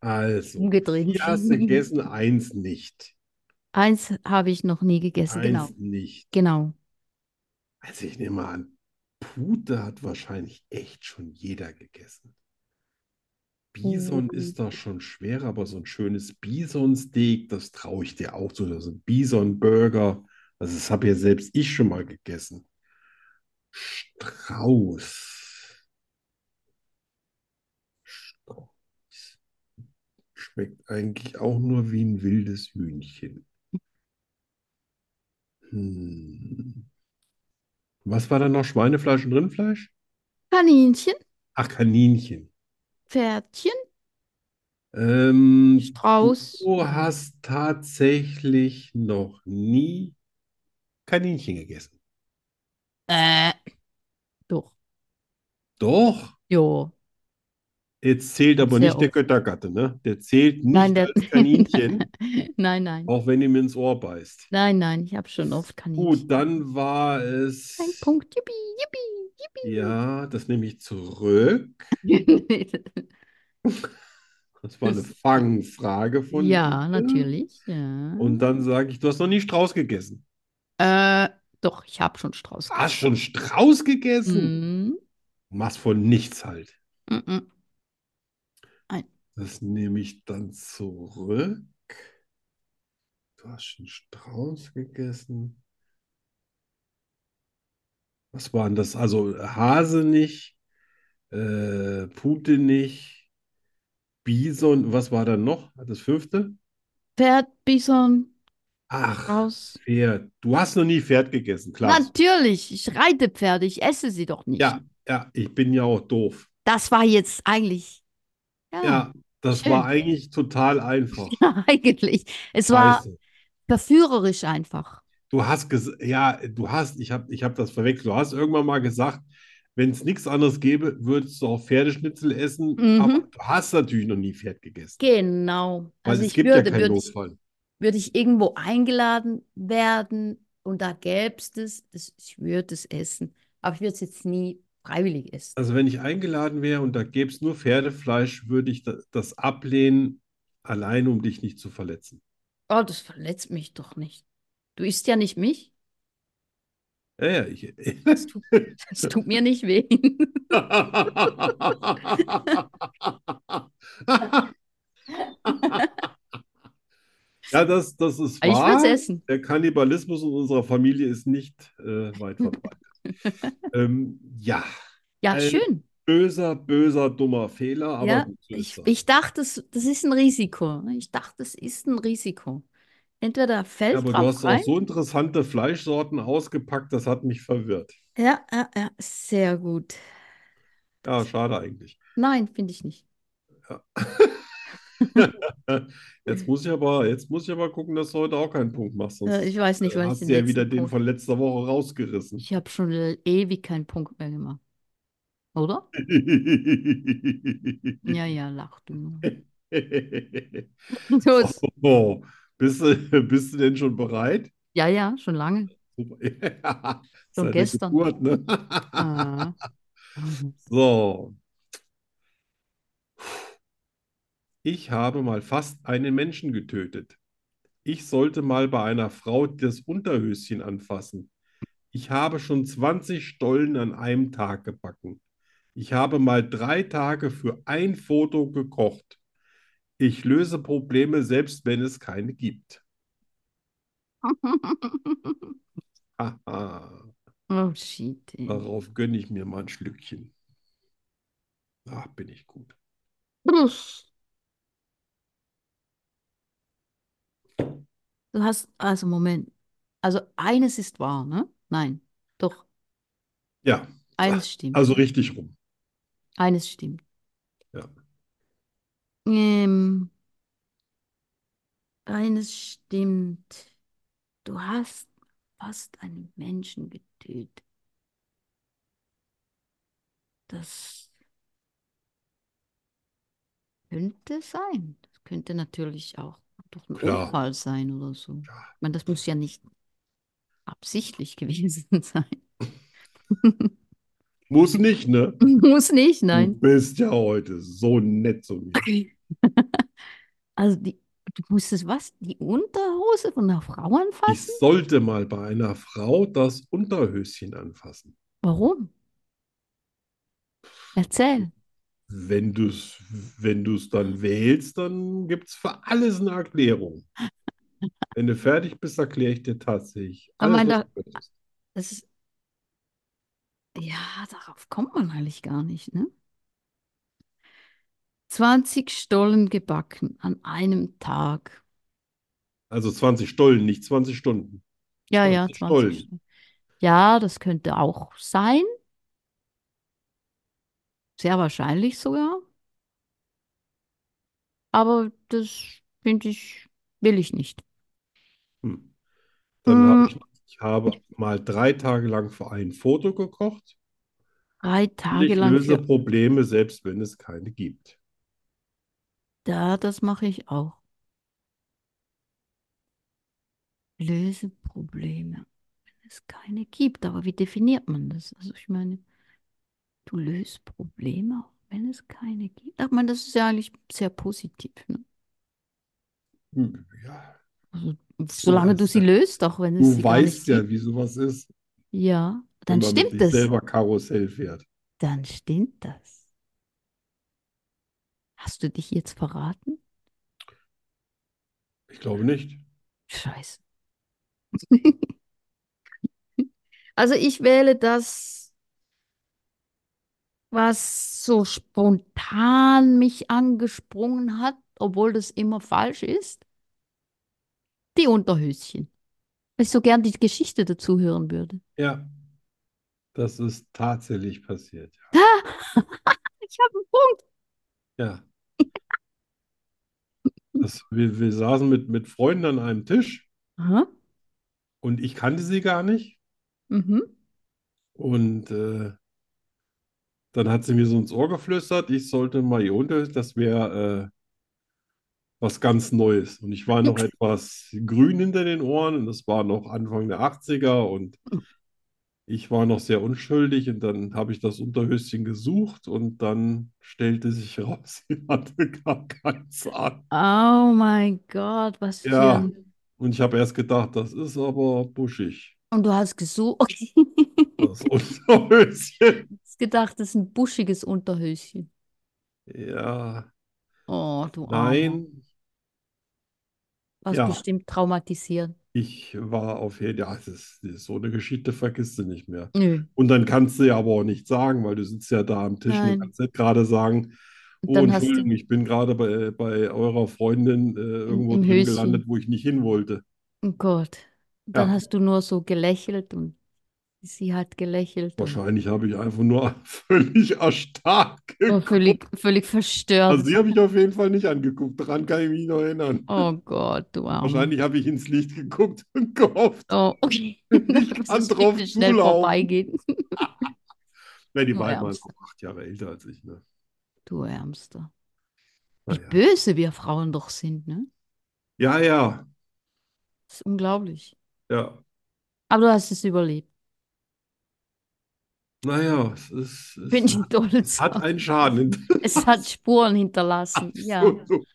Speaker 2: Also,
Speaker 1: umgedreht.
Speaker 2: vier hast du gegessen, eins nicht.
Speaker 1: Eins habe ich noch nie gegessen, genau,
Speaker 2: Eins nicht.
Speaker 1: genau.
Speaker 2: Also ich nehme mal an, Pute hat wahrscheinlich echt schon jeder gegessen. Bison
Speaker 1: Mhm.
Speaker 2: ist da schon schwer, aber so ein schönes Bison-Steak, das traue ich dir auch zu. Oder so ein Bison-Burger, also das habe ja selbst ich schon mal gegessen. Strauß. Strauß. Schmeckt eigentlich auch nur wie ein wildes Hühnchen. Hm. Was war da noch? Schweinefleisch und Rindfleisch?
Speaker 1: Kaninchen,
Speaker 2: Ach, Kaninchen.
Speaker 1: Pferdchen,
Speaker 2: Ähm,
Speaker 1: Strauß.
Speaker 2: du hast tatsächlich noch nie Kaninchen gegessen.
Speaker 1: Äh. Doch.
Speaker 2: Doch,
Speaker 1: Jo.
Speaker 2: jetzt zählt aber
Speaker 1: Sehr
Speaker 2: nicht der
Speaker 1: oft.
Speaker 2: Göttergatte, ne? Der zählt
Speaker 1: Nein,
Speaker 2: nicht
Speaker 1: der.
Speaker 2: als Kaninchen,
Speaker 1: [LAUGHS] Nein, nein.
Speaker 2: auch wenn ihm ins Ohr beißt.
Speaker 1: Nein, nein. Ich habe schon oft Kaninchen.
Speaker 2: Oh. Gut, dann war
Speaker 1: Ein
Speaker 2: es,
Speaker 1: Punkt. Yippie, yippie,
Speaker 2: ja, das nehme ich zurück.
Speaker 1: yippie. [LAUGHS]
Speaker 2: Das war eine
Speaker 1: Das-
Speaker 2: Fangfrage von
Speaker 1: Ja,
Speaker 2: dir.
Speaker 1: natürlich. Ja.
Speaker 2: Und dann sage ich, du hast noch nie Strauß gegessen.
Speaker 1: Äh, doch, ich habe schon Strauß gegessen.
Speaker 2: Hast schon Strauß gegessen?
Speaker 1: Mhm.
Speaker 2: Machst von nichts halt.
Speaker 1: Mhm.
Speaker 2: Das nehme ich dann zurück. Du hast schon Strauß gegessen. Was waren das? Also Hase nicht, äh, Pute nicht, Bison. Was war dann noch? Das fünfte?
Speaker 1: Pferd, Bison,
Speaker 2: Ach,
Speaker 1: Strauß.
Speaker 2: Pferd. Du hast noch nie Pferd gegessen, klar.
Speaker 1: Natürlich, ich reite Pferde, ich esse sie doch nicht.
Speaker 2: Ja, ja, ich bin ja auch doof.
Speaker 1: Das war jetzt eigentlich, ja,
Speaker 2: Ja, das war
Speaker 1: schön.
Speaker 2: eigentlich total einfach.
Speaker 1: Ja, [LAUGHS] eigentlich. Es war
Speaker 2: Scheiße.
Speaker 1: verführerisch einfach.
Speaker 2: Du hast ges ja, du hast, ich habe ich hab das verwechselt. Du hast irgendwann mal gesagt, wenn es nichts anderes gäbe, würdest du auch Pferdeschnitzel essen, aber
Speaker 1: Mhm.
Speaker 2: du hast natürlich noch nie Pferd gegessen,
Speaker 1: Genau.
Speaker 2: weil
Speaker 1: Also
Speaker 2: es
Speaker 1: ich
Speaker 2: gibt ja
Speaker 1: würde,
Speaker 2: keinen
Speaker 1: würde ich,
Speaker 2: Notfall.
Speaker 1: würde ich irgendwo eingeladen werden und da gäbe es das, das, ich würde es essen. Aber ich würde es jetzt nie freiwillig essen.
Speaker 2: Also wenn ich eingeladen wäre und da gäbe es nur Pferdefleisch, würde ich da, das ablehnen, allein um dich nicht zu verletzen.
Speaker 1: Oh, das verletzt mich doch nicht. Du isst ja nicht mich. [LAUGHS]
Speaker 2: Ja, ja, ich. [LAUGHS]
Speaker 1: Das [LAUGHS] tut, das tut mir nicht weh. [LAUGHS]
Speaker 2: Ja, das, das ist
Speaker 1: Aber Ich würde es
Speaker 2: wahr.
Speaker 1: essen.
Speaker 2: Der Kannibalismus in unserer Familie ist nicht äh, weit verbreitet.
Speaker 1: [LAUGHS]
Speaker 2: Ähm, ja,
Speaker 1: Ja,
Speaker 2: ein
Speaker 1: schön.
Speaker 2: böser, böser, dummer Fehler, aber
Speaker 1: Ja,
Speaker 2: gut, so ist
Speaker 1: ich,
Speaker 2: das.
Speaker 1: ich dachte, das, das ist ein Risiko. Ich dachte, das ist ein Risiko. Entweder
Speaker 2: Ja,
Speaker 1: fällt
Speaker 2: aber du
Speaker 1: drauf
Speaker 2: hast auch
Speaker 1: rein.
Speaker 2: so interessante Fleischsorten ausgepackt, das hat mich verwirrt.
Speaker 1: Ja, ja, ja, sehr gut.
Speaker 2: Ja, schade eigentlich.
Speaker 1: Nein, finde ich nicht.
Speaker 2: Ja. Jetzt muss ich aber, jetzt muss ich aber gucken, dass du heute auch keinen Punkt machst,
Speaker 1: Äh,
Speaker 2: sonst
Speaker 1: Ich weiß
Speaker 2: äh,
Speaker 1: nicht, wann ich
Speaker 2: hast
Speaker 1: den
Speaker 2: du ja wieder
Speaker 1: letzten
Speaker 2: den
Speaker 1: Punkt.
Speaker 2: von letzter Woche rausgerissen.
Speaker 1: Ich habe schon äh, ewig keinen Punkt mehr gemacht,
Speaker 2: [LAUGHS]
Speaker 1: oder? Ja, ja, lach du
Speaker 2: [LAUGHS]
Speaker 1: nur.
Speaker 2: Oh.
Speaker 1: Gut.
Speaker 2: So, bist du, bist du denn schon bereit?
Speaker 1: Ja, ja, schon lange.
Speaker 2: Super. [LAUGHS]
Speaker 1: Schon
Speaker 2: Seit der
Speaker 1: gestern.
Speaker 2: Geburt, ne?
Speaker 1: [LAUGHS] Ah.
Speaker 2: [LAUGHS]
Speaker 1: [LAUGHS]
Speaker 2: So, ich habe mal fast einen Menschen getötet. Ich sollte mal bei einer Frau das Unterhöschen anfassen. Ich habe schon 20 Stollen an einem Tag gebacken. Ich habe mal drei Tage für ein Foto gekocht. Ich löse Probleme, selbst wenn es keine gibt. Haha,
Speaker 1: Oh, shit. ey.
Speaker 2: darauf gönne ich mir mal ein Schlückchen. Ach, bin ich gut.
Speaker 1: Uff. Du hast, also Moment. Also eines ist wahr, ne? Nein, doch,
Speaker 2: Ja,
Speaker 1: eines stimmt.
Speaker 2: also richtig rum.
Speaker 1: Eines stimmt.
Speaker 2: Ja.
Speaker 1: Ähm, eines stimmt. Du hast fast einen Menschen getötet. Das könnte sein. Das könnte natürlich auch durch einen
Speaker 2: Klar.
Speaker 1: Unfall sein oder so.
Speaker 2: Ja.
Speaker 1: Ich meine, das muss ja nicht absichtlich [LAUGHS] gewesen sein.
Speaker 2: Muss nicht, ne?
Speaker 1: Muss nicht,
Speaker 2: Du
Speaker 1: nein.
Speaker 2: bist ja heute so nett zu mir.
Speaker 1: [LAUGHS] Also die, du musstest was? Die Unterhose von einer Frau
Speaker 2: Ich
Speaker 1: anfassen?
Speaker 2: sollte mal bei einer Frau das Unterhöschen anfassen.
Speaker 1: Warum? Erzähl.
Speaker 2: Wenn du es wenn du's dann wählst, dann gibt es für alles eine Erklärung. Wenn du fertig bist, erkläre ich dir tatsächlich
Speaker 1: Ich
Speaker 2: alles,
Speaker 1: meine,
Speaker 2: was
Speaker 1: da,
Speaker 2: du möchtest.
Speaker 1: das ist, ja, darauf kommt man eigentlich gar nicht, ne? 20 Stollen gebacken an einem Tag.
Speaker 2: Also 20 Stollen, nicht 20 Stunden.
Speaker 1: Ja, ja,
Speaker 2: 20
Speaker 1: 20
Speaker 2: Stollen.
Speaker 1: Stollen. Ja, das könnte auch sein. Sehr wahrscheinlich sogar.
Speaker 3: aber das finde ich, will ich nicht.
Speaker 2: Hm. Dann habe
Speaker 3: Mm,
Speaker 2: ich, ich habe mal drei Tage lang für ein Foto gekocht.
Speaker 3: Drei Tage
Speaker 2: Ich
Speaker 3: lang
Speaker 2: löse
Speaker 3: für.
Speaker 2: Probleme, selbst wenn es keine gibt.
Speaker 3: Ja, das mache ich auch. Löse Probleme, wenn es keine gibt. Aber wie definiert man das? Also ich meine, du löst Probleme, auch wenn es keine gibt. Ach man, das ist ja eigentlich sehr positiv, ne?
Speaker 2: Hm, Ja,
Speaker 3: Also,
Speaker 2: du
Speaker 3: solange du
Speaker 2: weißt
Speaker 3: sie
Speaker 2: ja,
Speaker 3: löst, auch wenn es
Speaker 2: du
Speaker 3: sie gar nicht
Speaker 2: weißt ja,
Speaker 3: gibt.
Speaker 2: wie sowas ist,
Speaker 3: Ja,
Speaker 2: wenn
Speaker 3: dann
Speaker 2: man mit
Speaker 3: stimmt
Speaker 2: sich
Speaker 3: es.
Speaker 2: selber Karussell fährt.
Speaker 3: Dann stimmt das. Hast du dich jetzt verraten?
Speaker 2: Ich glaube nicht.
Speaker 3: Scheiße.
Speaker 1: [LAUGHS] Also ich wähle das, was so spontan mich angesprungen hat, obwohl das immer falsch ist. Die Unterhöschen. Weil ich so gern die Geschichte dazu hören würde.
Speaker 2: Ja, das ist tatsächlich passiert.
Speaker 1: Ah, ich habe einen Punkt.
Speaker 2: Ja, ja. Das, wir, wir saßen mit, mit Freunden an einem Tisch
Speaker 1: Aha.
Speaker 2: und ich kannte sie gar nicht.
Speaker 1: Mhm.
Speaker 2: Und äh, dann hat sie mir so ins Ohr geflüstert, ich sollte mal ihr Unterhose, das wäre äh, was ganz Neues. Und ich war noch etwas grün hinter den Ohren und das war noch Anfang der 80er und ich war noch sehr unschuldig und dann habe ich das Unterhöschen gesucht und dann stellte sich raus, [LAUGHS] sie hatte gar keins an.
Speaker 1: Oh mein Gott, was für
Speaker 2: Ja,
Speaker 1: ein...
Speaker 2: und ich habe erst gedacht, das ist aber buschig,
Speaker 1: Und du hast gesucht. [LAUGHS] Okay.
Speaker 2: das Unterhöschen.
Speaker 1: Ich hab gedacht, das ist ein buschiges Unterhöschen.
Speaker 2: Ja,
Speaker 1: Oh, du Armer.
Speaker 2: nein,
Speaker 1: Warst
Speaker 2: ja,
Speaker 1: bestimmt traumatisiert.
Speaker 2: ich war auf jeden Fall, ja, das ist, das ist so eine Geschichte vergisst du nicht mehr.
Speaker 1: Nö.
Speaker 2: Und dann kannst du ja aber auch nicht sagen, weil du sitzt ja da am Tisch und du
Speaker 1: Nein.
Speaker 2: kannst nicht gerade sagen,
Speaker 1: Und
Speaker 2: oh,
Speaker 1: dann hast du
Speaker 2: Entschuldigung, ich bin gerade bei, bei eurer Freundin äh,
Speaker 1: im,
Speaker 2: irgendwo
Speaker 1: im
Speaker 2: drin gelandet,
Speaker 1: Höschen.
Speaker 2: wo ich nicht hin wollte.
Speaker 1: Oh Gott. Und dann
Speaker 2: Ja,
Speaker 1: hast du nur so gelächelt und sie hat gelächelt und
Speaker 2: wahrscheinlich habe ich einfach nur [LAUGHS] völlig erstarrt
Speaker 1: war
Speaker 2: geguckt.
Speaker 1: oh, völlig, völlig verstört.
Speaker 2: Also sie habe ich auf jeden Fall nicht angeguckt, daran kann ich mich noch erinnern.
Speaker 1: Oh Gott, du Armer.
Speaker 2: Wahrscheinlich habe ich ins Licht geguckt [LAUGHS] und gehofft,
Speaker 1: Oh, [LAUGHS] okay.
Speaker 2: ich [LAUGHS]
Speaker 1: Muss
Speaker 2: kann
Speaker 1: es
Speaker 2: drauf
Speaker 1: bitte schnell
Speaker 2: zulaufen.
Speaker 1: vorbeigehen.
Speaker 2: Ja, die
Speaker 1: Du
Speaker 2: war immer
Speaker 1: Ärmster.
Speaker 2: noch acht Jahre älter als ich, ne?
Speaker 3: Du Ärmster. Wie
Speaker 2: Naja.
Speaker 3: böse wir Frauen doch sind, ne?
Speaker 2: Ja, ja,
Speaker 3: Das ist unglaublich.
Speaker 2: ja.
Speaker 3: Aber du hast es überlebt.
Speaker 2: Naja, es ist, es,
Speaker 3: Bin ich
Speaker 2: es hat
Speaker 3: stolz auf
Speaker 2: einen
Speaker 3: dich.
Speaker 2: Schaden [LAUGHS]
Speaker 3: Es hat
Speaker 2: hinterlassen.
Speaker 3: Spuren hinterlassen, ja.
Speaker 2: Absolut.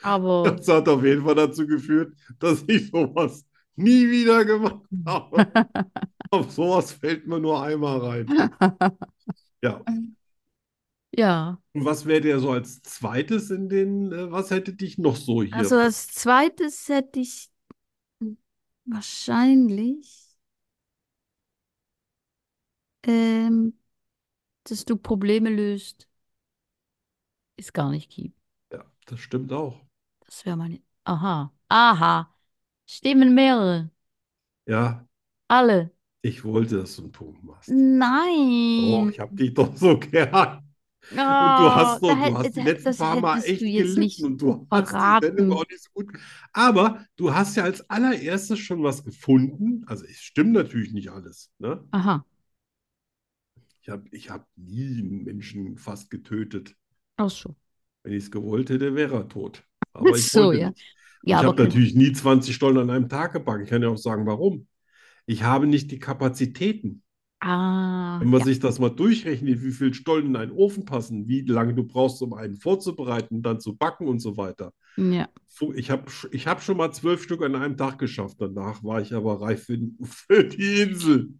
Speaker 1: Aber
Speaker 2: Das hat auf jeden Fall dazu geführt, dass ich sowas nie wieder gemacht habe. Auf sowas fällt man nur einmal rein. Ja.
Speaker 1: ja.
Speaker 2: Und was wäre dir so als zweites in den, äh, was hätte dich noch so hier?
Speaker 1: Also als zweites hätte ich wahrscheinlich, ähm, dass du Probleme löst,
Speaker 3: Ist gar nicht gibt.
Speaker 2: Ja, das stimmt auch.
Speaker 3: Das wäre meine. Aha. Aha. Stimmen mehrere.
Speaker 2: Ja,
Speaker 3: Alle.
Speaker 2: ich wollte, dass du einen Punkt machst. Oh,
Speaker 1: Nein.
Speaker 2: ich hab dich doch so [LAUGHS] gern. Und du
Speaker 1: Ah,
Speaker 2: hast
Speaker 1: da
Speaker 2: doch, du
Speaker 1: hätt,
Speaker 2: hast die
Speaker 1: da-
Speaker 2: letzten
Speaker 1: das
Speaker 2: paar Mal
Speaker 1: hättest du
Speaker 2: echt
Speaker 3: Jetzt
Speaker 1: jetzt
Speaker 2: gelitten
Speaker 1: nicht
Speaker 2: und du hast die Sendung auch
Speaker 1: verraten.
Speaker 2: nicht so gut. Aber du hast ja als allererstes schon was gefunden. Also es stimmt natürlich nicht alles, ne?
Speaker 3: Aha.
Speaker 2: Ich habe ich hab nie einen Menschen fast getötet.
Speaker 3: Auch so.
Speaker 2: Wenn ich es gewollt hätte, wäre er tot. Aber ich
Speaker 3: So,
Speaker 2: wollte
Speaker 3: ja.
Speaker 2: nicht. Ich
Speaker 3: Ja, aber
Speaker 2: habe
Speaker 3: kann.
Speaker 2: natürlich nie 20 Stollen an einem Tag gebacken. Ich kann ja auch sagen, warum. Ich habe nicht die Kapazitäten.
Speaker 3: Ah,
Speaker 2: Wenn man
Speaker 3: ja.
Speaker 2: sich das mal durchrechnet, wie viel Stollen in einen Ofen passen, wie lange du brauchst, um einen vorzubereiten, dann zu backen und so weiter.
Speaker 3: Ja.
Speaker 2: Fu- Ich habe ich hab schon mal zwölf Stück an einem Tag geschafft. Danach war ich aber reif für, [LAUGHS] für die Insel.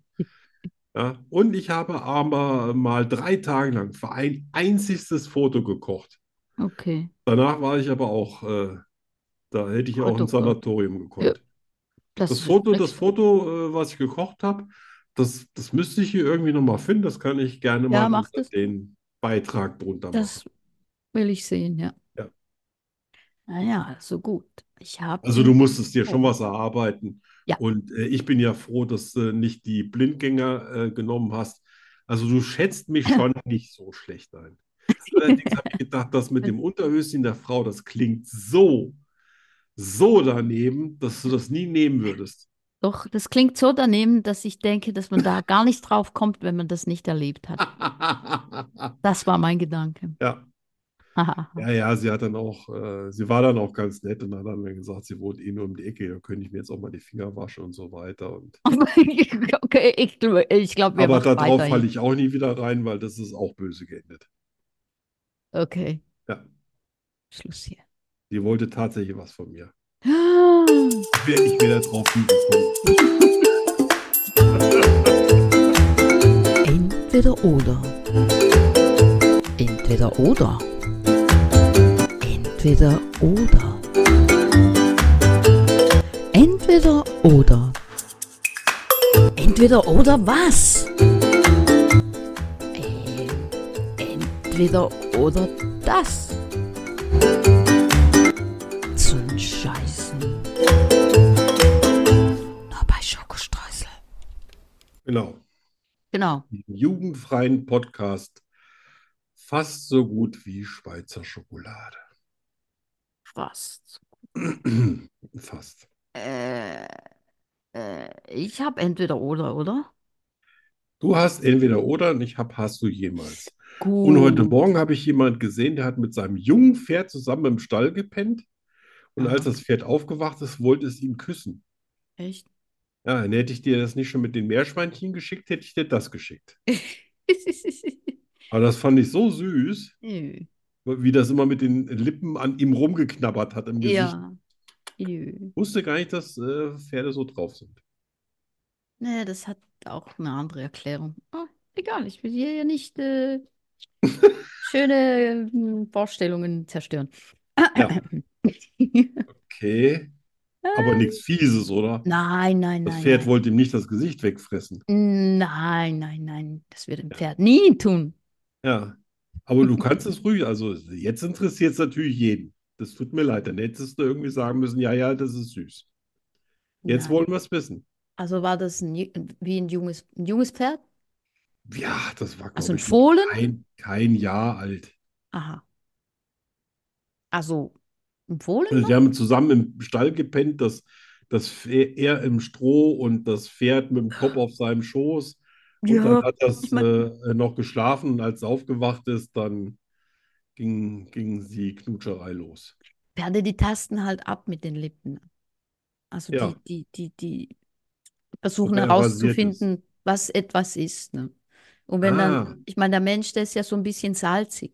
Speaker 2: Ja? Und ich habe aber mal drei Tage lang für ein einziges Foto gekocht.
Speaker 3: Okay.
Speaker 2: Danach war ich aber auch, äh, da hätte ich auch
Speaker 3: Gott, oh
Speaker 2: ins
Speaker 3: Gott.
Speaker 2: Sanatorium
Speaker 3: Ja,
Speaker 2: gekonnt. Das
Speaker 3: das wird
Speaker 2: Foto, das
Speaker 3: nichts.
Speaker 2: Foto, äh, was ich gekocht habe, das, das müsste ich hier irgendwie nochmal finden. Das kann ich gerne
Speaker 3: Ja,
Speaker 2: mal
Speaker 3: mach
Speaker 2: unter
Speaker 3: das.
Speaker 2: den Beitrag drunter machen.
Speaker 3: Das will ich sehen, ja.
Speaker 2: Ja.
Speaker 1: Ah
Speaker 3: Naja,
Speaker 1: also
Speaker 3: so gut. Ich habe
Speaker 2: Also du
Speaker 3: den
Speaker 2: musstest dir
Speaker 1: Oh.
Speaker 2: schon
Speaker 3: Punkt.
Speaker 2: was erarbeiten.
Speaker 3: Ja.
Speaker 2: Und äh, ich bin ja froh, dass du nicht
Speaker 1: [LAUGHS]
Speaker 2: die Blindgänger äh, genommen hast. Also du schätzt mich schon nicht so schlecht ein. Allerdings habe ich gedacht, das mit dem Unterhöschen der Frau, das klingt so, so daneben, dass du das nie nehmen würdest. [LAUGHS]
Speaker 1: Doch, das klingt so daneben, dass ich denke, dass man da gar nicht drauf kommt, wenn man das nicht erlebt
Speaker 2: Ah.
Speaker 1: hat.
Speaker 2: ja,
Speaker 1: Das war mein Gedanke. Haha.
Speaker 2: ja, ja, sie hat dann auch, äh, sie war dann auch ganz nett und hat dann gesagt, sie wohnt eh nur um die Ecke, da könnte ich mir jetzt auch mal die Finger waschen und so weiter. Und,
Speaker 1: [LAUGHS] okay, ich, ich glaube, wir
Speaker 2: aber
Speaker 1: machen
Speaker 2: darauf
Speaker 1: weiter
Speaker 2: falle
Speaker 1: hier.
Speaker 2: ich auch nie wieder rein, weil das ist auch böse geendet.
Speaker 1: Okay,
Speaker 2: Ja,
Speaker 1: Schluss hier. [GASPS]
Speaker 2: die wollte tatsächlich was von mir. Wäre ich wieder drauf nie gekommen.
Speaker 3: Entweder oder. Entweder oder. Entweder oder. Entweder oder. Entweder oder was? Ähm, Entweder oder das. Zum Scheißen. Nur bei Schokostreusel.
Speaker 2: Genau.
Speaker 1: Genau.
Speaker 2: Einen jugendfreien Podcast fast so gut wie Schweizer Schokolade. [CLEARS THROAT]
Speaker 1: Fast.
Speaker 2: Fast.
Speaker 1: Äh, äh, ich habe entweder oder, oder?
Speaker 2: Du hast entweder oder und ich habe hast du jemals.
Speaker 1: Gut.
Speaker 2: Und heute Morgen habe ich jemand gesehen, der hat mit seinem jungen Pferd zusammen im Stall gepennt. Und als
Speaker 1: Aha.
Speaker 2: das Pferd aufgewacht ist, wollte es ihn küssen.
Speaker 1: [LAUGHS] Echt?
Speaker 2: Ja, dann hätte ich dir das nicht schon mit den Meerschweinchen geschickt, hätte ich dir das geschickt. Aber das fand ich so süß,
Speaker 1: Nö.
Speaker 2: wie das immer mit den Lippen an ihm rumgeknabbert hat im Gesicht.
Speaker 1: Ja. Nö.
Speaker 2: Wusste gar nicht, dass äh, Pferde so drauf sind.
Speaker 1: Nee, das hat auch eine andere Erklärung. Ah, egal, ich will hier ja nicht
Speaker 2: [LAUGHS]
Speaker 1: äh, schöne ähm, Vorstellungen zerstören. [LAUGHS]
Speaker 2: Ja. Okay, aber nichts Fieses, oder?
Speaker 1: Nein, nein,
Speaker 2: Das
Speaker 1: nein,
Speaker 2: Pferd
Speaker 1: nein.
Speaker 2: wollte ihm nicht das Gesicht wegfressen.
Speaker 1: Nein, nein, nein. Das wird ein Pferd nie tun.
Speaker 2: Ja, aber du kannst es ruhig, also jetzt interessiert es natürlich jeden. Das tut mir leid, dann hättest du irgendwie sagen müssen, ja, ja, das ist süß. Jetzt
Speaker 1: Nein.
Speaker 2: wollen wir es wissen.
Speaker 1: Also war das ein, Ju- wie ein junges, ein junges Pferd?
Speaker 2: Ja, das war,
Speaker 1: Also
Speaker 2: glaube
Speaker 1: ein
Speaker 2: ich,
Speaker 1: Fohlen?
Speaker 2: kein, kein Jahr alt.
Speaker 1: Aha. Also ein Fohlen?
Speaker 2: Also die haben zusammen im Stall gepennt, das, das Pferd, er im Stroh und das Pferd mit dem Kopf auf seinem Schoß. Und dann
Speaker 1: Ja,
Speaker 2: hat
Speaker 1: ich
Speaker 2: das
Speaker 1: mein,
Speaker 2: äh, noch geschlafen und als es aufgewacht ist, dann ging, ging die Knutscherei los.
Speaker 1: Pferde, die tasten halt ab mit den Lippen. Also die,
Speaker 2: Ja,
Speaker 1: die, die, die versuchen
Speaker 2: wer rasiert ist.
Speaker 1: herauszufinden, was etwas ist, ne? Und wenn
Speaker 2: Ah,
Speaker 1: dann, ich meine, der Mensch, der ist ja so ein bisschen salzig.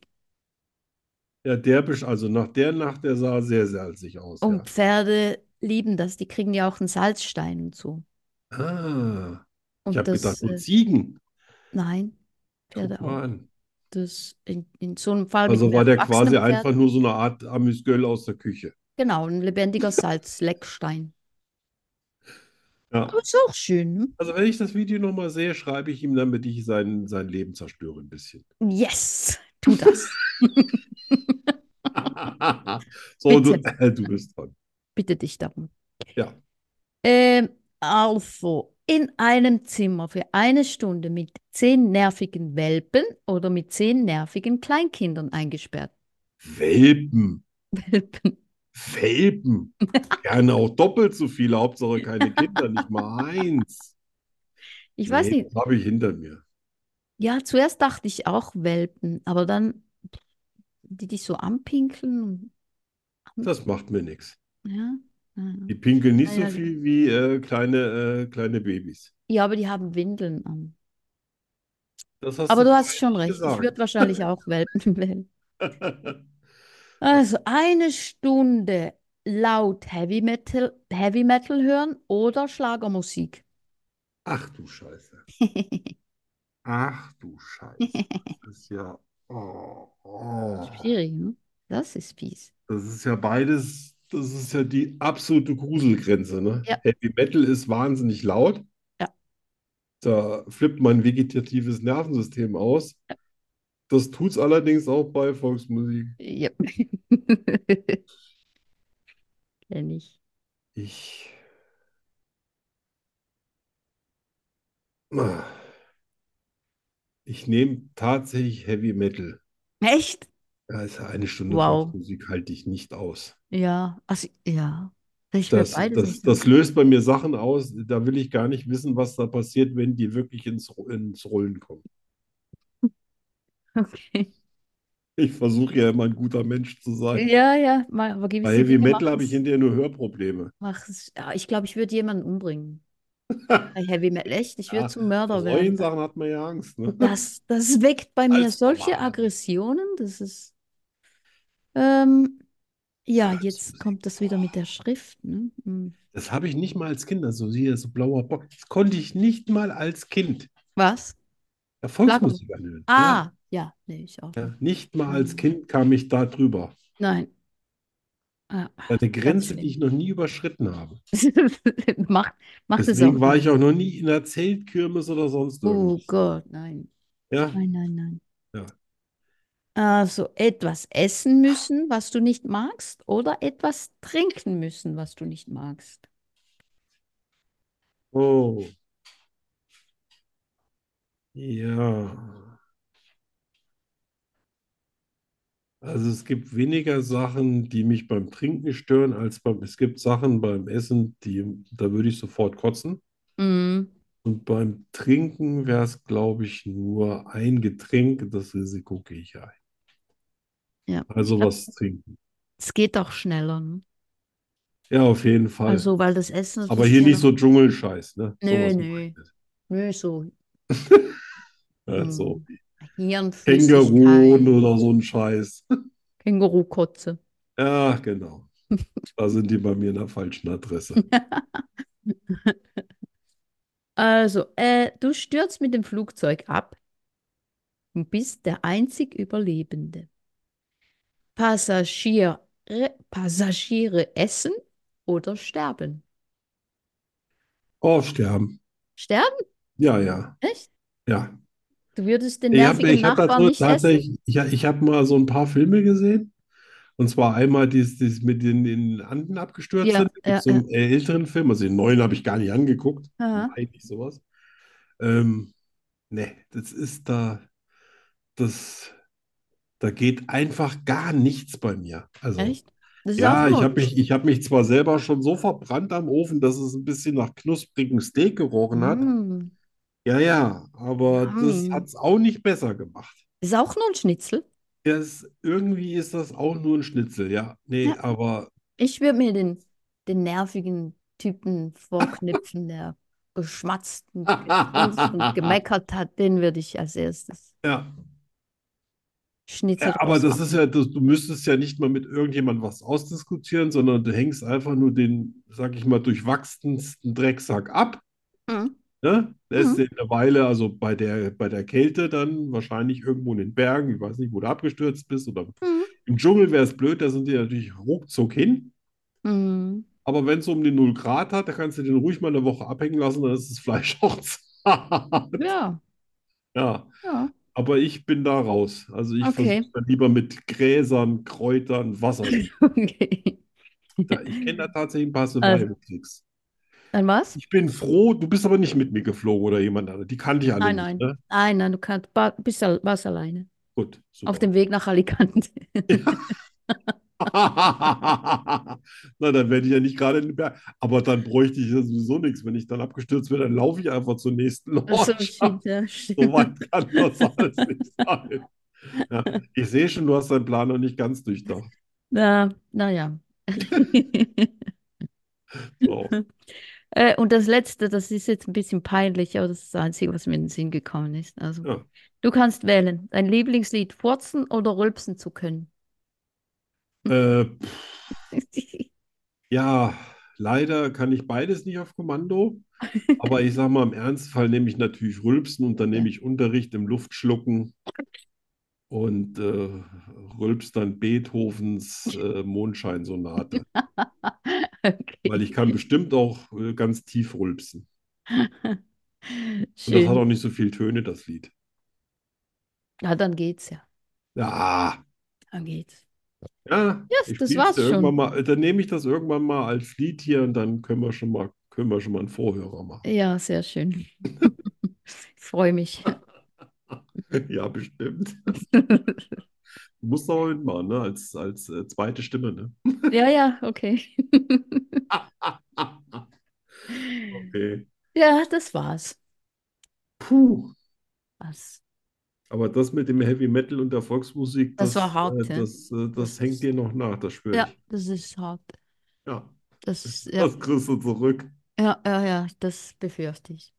Speaker 2: ja, der Bisch, also nach der Nacht, der sah sehr salzig aus,
Speaker 1: Und
Speaker 2: ja.
Speaker 1: Pferde lieben das, die kriegen ja auch einen Salzstein und so.
Speaker 2: Ah, ich
Speaker 1: Und
Speaker 2: habe gedacht,
Speaker 1: das,
Speaker 2: so
Speaker 1: äh,
Speaker 2: Ziegen.
Speaker 1: nein,
Speaker 2: Guck
Speaker 1: Pferde auch.
Speaker 2: mal an.
Speaker 1: Das in, in so einem Fall mit
Speaker 2: Also
Speaker 1: einem
Speaker 2: war der quasi
Speaker 1: erwachsenen Pferd,
Speaker 2: einfach nur so eine Art Amüsgöl aus der Küche.
Speaker 1: genau, ein lebendiger Salzleckstein.
Speaker 2: Ja.
Speaker 1: Aber ist auch schön, ne?
Speaker 2: Also wenn ich das Video nochmal sehe, schreibe ich ihm, damit ich sein, sein Leben zerstöre ein bisschen. [LAUGHS]
Speaker 1: Yes, tu das.
Speaker 2: So, du,
Speaker 1: Bitte,
Speaker 2: [LAUGHS] du bist dran.
Speaker 1: bitte dich darum.
Speaker 2: Ja.
Speaker 1: Ähm, also, in einem Zimmer für eine Stunde mit zehn nervigen Welpen oder mit zehn nervigen Kleinkindern eingesperrt. [LAUGHS]
Speaker 2: Welpen.
Speaker 1: Welpen. [LAUGHS]
Speaker 2: Welpen. Gerne auch doppelt so viele, Hauptsache keine Kinder, nicht mal eins.
Speaker 1: Ich weiß
Speaker 2: Nee,
Speaker 1: nicht,
Speaker 2: das habe ich hinter mir.
Speaker 1: ja, zuerst dachte ich auch Welpen, aber dann, die dich so anpinkeln, und an,
Speaker 2: Das macht mir nichts.
Speaker 1: ja, ja,
Speaker 2: Die pinkeln nicht so
Speaker 1: naja,
Speaker 2: viel wie äh, kleine, äh, kleine Babys.
Speaker 1: ja, aber die haben Windeln an.
Speaker 2: Das hast
Speaker 1: Aber
Speaker 2: [LAUGHS] du
Speaker 1: du
Speaker 2: vorher
Speaker 1: hast schon
Speaker 2: nicht
Speaker 1: recht, ich
Speaker 2: gesagt.
Speaker 1: würde wahrscheinlich auch Welpen [LAUGHS] wählen. Also eine Stunde laut Heavy Metal, Heavy Metal hören oder Schlagermusik.
Speaker 2: Ach
Speaker 1: [LAUGHS]
Speaker 2: du Scheiße. Ach du Scheiße. Das ist ja. Oh, oh.
Speaker 1: Schwierig, ne? Das ist fies.
Speaker 2: Das ist ja beides. Das ist ja die absolute Gruselgrenze, ne?
Speaker 1: Ja,
Speaker 2: Heavy Metal ist wahnsinnig laut.
Speaker 1: ja,
Speaker 2: Da flippt mein vegetatives Nervensystem aus. Das tut's allerdings auch bei Volksmusik.
Speaker 1: ja. [LAUGHS] Kenn ich.
Speaker 2: Ich. ah, Ich nehme tatsächlich Heavy Metal.
Speaker 1: Echt?
Speaker 2: Ja, ist ja eine Stunde
Speaker 1: Wow.
Speaker 2: Volksmusik halte ich nicht aus.
Speaker 1: Ja, also, ja. Ich will
Speaker 2: Das,
Speaker 1: beides
Speaker 2: das,
Speaker 1: nicht.
Speaker 2: das löst bei mir Sachen aus. Da will ich gar nicht wissen, was da passiert, wenn die wirklich ins, Ro- ins Rollen kommen.
Speaker 1: Okay.
Speaker 2: Ich versuche ja immer ein guter Mensch zu sein.
Speaker 1: Ja, ja, mal, aber gewisse
Speaker 2: Bei Heavy
Speaker 1: Dinge
Speaker 2: Metal
Speaker 1: machen
Speaker 2: habe ich
Speaker 1: es.
Speaker 2: hinterher nur Hörprobleme.
Speaker 1: Mach es. Ja, ich glaube, ich würde jemanden
Speaker 2: [LAUGHS]
Speaker 1: umbringen. Bei Heavy Metal, echt? Ich würde
Speaker 2: Ja,
Speaker 1: zum
Speaker 2: vor
Speaker 1: Mörder
Speaker 2: solchen
Speaker 1: werden.
Speaker 2: Sachen hat man ja Angst, ne?
Speaker 1: Das, das weckt bei mir
Speaker 2: Als
Speaker 1: solche
Speaker 2: normaler Mensch.
Speaker 1: Aggressionen. Das ist. Ähm, ja, jetzt
Speaker 2: Volksmusik.
Speaker 1: kommt das wieder mit
Speaker 2: Boah.
Speaker 1: der Schrift. Ne? Hm.
Speaker 2: Das habe ich nicht mal als Kind. Also hier so blauer Bock. Das konnte ich nicht mal als Kind.
Speaker 1: Was?
Speaker 2: Ja,
Speaker 1: Schlager.
Speaker 2: Volksmusik anhören. Ja,
Speaker 1: Ah, ja, nee, ich auch
Speaker 2: ja.
Speaker 1: nicht.
Speaker 2: Nicht mal als
Speaker 1: Hm.
Speaker 2: Kind kam ich da drüber.
Speaker 1: Nein, ah,
Speaker 2: Eine
Speaker 1: ganz
Speaker 2: Grenze,
Speaker 1: [LAUGHS]
Speaker 2: die
Speaker 1: schlimm.
Speaker 2: ich noch nie überschritten habe.
Speaker 1: Macht, macht es
Speaker 2: Deswegen
Speaker 1: auch
Speaker 2: war
Speaker 1: nie.
Speaker 2: ich auch noch nie in der Zeltkirmes oder sonst
Speaker 1: Oh
Speaker 2: irgendwas.
Speaker 1: Gott, nein.
Speaker 2: Ja,
Speaker 1: Nein, nein, nein.
Speaker 2: ja.
Speaker 1: Also etwas essen müssen, was du nicht magst, oder etwas trinken müssen, was du nicht magst.
Speaker 2: Oh, ja. Also es gibt weniger Sachen, die mich beim Trinken stören, als beim, es gibt Sachen beim Essen, die, da würde ich sofort kotzen.
Speaker 1: Mm.
Speaker 2: Und beim Trinken wäre es, glaube ich, nur ein Getränk. Das Risiko gehe ich ein.
Speaker 1: Ja, ich
Speaker 2: Also
Speaker 1: glaube,
Speaker 2: was trinken.
Speaker 1: es geht auch schneller. Ne?
Speaker 2: Ja, auf jeden Fall.
Speaker 1: Also, weil das Essen,
Speaker 2: Aber
Speaker 1: das
Speaker 2: hier
Speaker 1: ist ja
Speaker 2: nicht
Speaker 1: noch.
Speaker 2: so Dschungelscheiß, ne?
Speaker 1: Nö,
Speaker 2: Sowas
Speaker 1: nö, nö, so
Speaker 2: meine ich. So
Speaker 1: mm,
Speaker 2: Kängurun
Speaker 1: Hirnflüssigkeit,
Speaker 2: oder so ein Scheiß.
Speaker 1: Kängurukotze.
Speaker 2: Ja, genau. Da sind die bei mir in der falschen
Speaker 1: [LAUGHS]
Speaker 2: Adresse.
Speaker 1: Also, äh, du stürzt mit dem Flugzeug ab und bist der einzig Überlebende. Passagiere, Passagiere essen oder sterben.
Speaker 2: Oh, sterben.
Speaker 1: Sterben?
Speaker 2: Ja, ja,
Speaker 1: Echt?
Speaker 2: ja.
Speaker 1: Du würdest den
Speaker 2: Ich habe
Speaker 1: nervigen
Speaker 2: ich hab
Speaker 1: Nachbarn
Speaker 2: dazu
Speaker 1: nicht essen?
Speaker 2: tatsächlich, ich, ich habe mal so ein paar Filme gesehen. Und zwar einmal dies, dies mit den, den Anden abgestürzt
Speaker 1: Ja,
Speaker 2: sind. Da gibt
Speaker 1: ja,
Speaker 2: es so
Speaker 1: ja.
Speaker 2: einen älteren Film, also den neuen habe ich gar nicht angeguckt.
Speaker 1: Aha.
Speaker 2: Eigentlich sowas. Ähm, ne, das ist da, das, da geht einfach gar nichts bei mir. Also,
Speaker 1: Echt? Das ist auch
Speaker 2: ja, ich habe
Speaker 1: Not.
Speaker 2: mich, ich hab mich zwar selber schon so verbrannt am Ofen, dass es ein bisschen nach knusprigem Steak gerochen hat.
Speaker 1: Mm.
Speaker 2: Ja, ja, aber das
Speaker 1: Yummy.
Speaker 2: hat es auch nicht besser gemacht.
Speaker 1: Ist auch nur ein Schnitzel.
Speaker 2: Das, irgendwie ist das auch nur ein Schnitzel, ja. Nee,
Speaker 1: Ja. [LAUGHS]
Speaker 2: aber
Speaker 1: Ich würde mir den, den nervigen Typen vorknüpfen, der geschmatzt und gegrunzt und
Speaker 2: [LAUGHS] ja,
Speaker 1: gemeckert hat. Den würde ich als erstes
Speaker 2: ja,
Speaker 1: Schnitzel
Speaker 2: Äh, aber
Speaker 1: draus
Speaker 2: das ist
Speaker 1: machen.
Speaker 2: ja, das, du müsstest ja nicht mal mit irgendjemandem was ausdiskutieren, sondern du hängst einfach nur den, sag ich mal, durchwachsensten Drecksack ab,
Speaker 1: Mhm.
Speaker 2: ne? Lässt
Speaker 1: Mhm.
Speaker 2: den eine Weile, also bei der, bei der Kälte dann wahrscheinlich irgendwo in den Bergen, ich weiß nicht, wo du abgestürzt bist oder
Speaker 1: Mhm.
Speaker 2: im Dschungel wäre es blöd, da sind die natürlich ruckzuck hin.
Speaker 1: Mhm.
Speaker 2: Aber wenn es um den 0 Grad hat, da kannst du den ruhig mal eine Woche abhängen lassen, dann ist das Fleisch [LAUGHS] auch zart.
Speaker 1: Hm. Ja,
Speaker 2: Ja, [LAUGHS]
Speaker 1: ja.
Speaker 2: aber ich bin da raus. Also ich versuche
Speaker 1: Okay.
Speaker 2: dann lieber mit Gräsern, Kräutern, Wasserstoff.
Speaker 1: Okay.
Speaker 2: Da, ich kenne da tatsächlich ein paar
Speaker 1: Also,
Speaker 2: Survival-Tricks.
Speaker 1: dann was?
Speaker 2: Ich bin froh, du bist aber nicht mit mir geflogen oder jemand anderes. Die kannte ich alle
Speaker 1: Nein,
Speaker 2: nicht,
Speaker 1: nein.
Speaker 2: ne?
Speaker 1: Ah, Nein, nein, du kannst, ba- bist, al- warst alleine.
Speaker 2: Gut,
Speaker 1: Auf
Speaker 2: super.
Speaker 1: dem Weg nach Alicante.
Speaker 2: [LAUGHS] Na, dann werde ich ja nicht gerade in den Berg. Aber dann bräuchte ich ja sowieso nichts. Wenn ich dann abgestürzt wäre, dann laufe ich einfach zur nächsten
Speaker 1: Achso,
Speaker 2: Ortschaft.
Speaker 1: Also, shit, ja,
Speaker 2: [LAUGHS] So
Speaker 1: stimmt.
Speaker 2: weit kann das alles nicht sein. Ja, ich sehe schon, du hast deinen Plan noch nicht ganz durchdacht.
Speaker 1: Na, naja.
Speaker 2: [LAUGHS]
Speaker 1: [LAUGHS]
Speaker 2: So.
Speaker 1: Äh, und das Letzte, das ist jetzt ein bisschen peinlich, aber das ist das Einzige, was mir in den Sinn gekommen ist. Also,
Speaker 2: Ja.
Speaker 1: du kannst wählen, dein Lieblingslied furzen oder rülpsen zu können. [LAUGHS]
Speaker 2: Äh, ja, leider kann ich beides nicht auf Kommando. Aber ich sage mal, im Ernstfall nehme ich natürlich Rülpsen und dann
Speaker 1: Ja.
Speaker 2: nehme ich Unterricht im Luftschlucken und äh, rülps dann Beethovens äh, Mondscheinsonate. Weil ich kann
Speaker 1: Okay.
Speaker 2: bestimmt auch äh, ganz tief rülpsen. Und das hat auch
Speaker 1: Schön.
Speaker 2: nicht so viel Töne, das Lied.
Speaker 1: Ja, dann geht's ja.
Speaker 2: Ja,
Speaker 1: Dann geht's.
Speaker 2: ja,
Speaker 1: Ja,
Speaker 2: ich
Speaker 1: das
Speaker 2: spiele es dir
Speaker 1: war's
Speaker 2: irgendwann
Speaker 1: schon.
Speaker 2: mal. Dann nehme ich das irgendwann mal als Lied hier und dann können wir schon mal, können wir schon mal einen Vorhörer [LAUGHS] machen.
Speaker 1: Ja, sehr schön.
Speaker 2: [LAUGHS]
Speaker 1: Ich freue mich.
Speaker 2: Ja, bestimmt. Du musst aber mitmachen, ne? Als, als äh, zweite Stimme, ne?
Speaker 1: Ja, ja, okay.
Speaker 2: Okay.
Speaker 1: Ja, das war's.
Speaker 2: Puh.
Speaker 1: Was?
Speaker 2: Aber das mit dem Heavy Metal und der Volksmusik,
Speaker 1: Das war
Speaker 2: das,
Speaker 1: hart,
Speaker 2: äh,
Speaker 1: ja.
Speaker 2: das, äh, das hängt dir noch nach, das spüre
Speaker 1: Ja,
Speaker 2: ich.
Speaker 1: das ist hart.
Speaker 2: Ja,
Speaker 1: Das ist, ja,
Speaker 2: das kriegst du zurück.
Speaker 1: ja, ja, ja, das befürchte ich.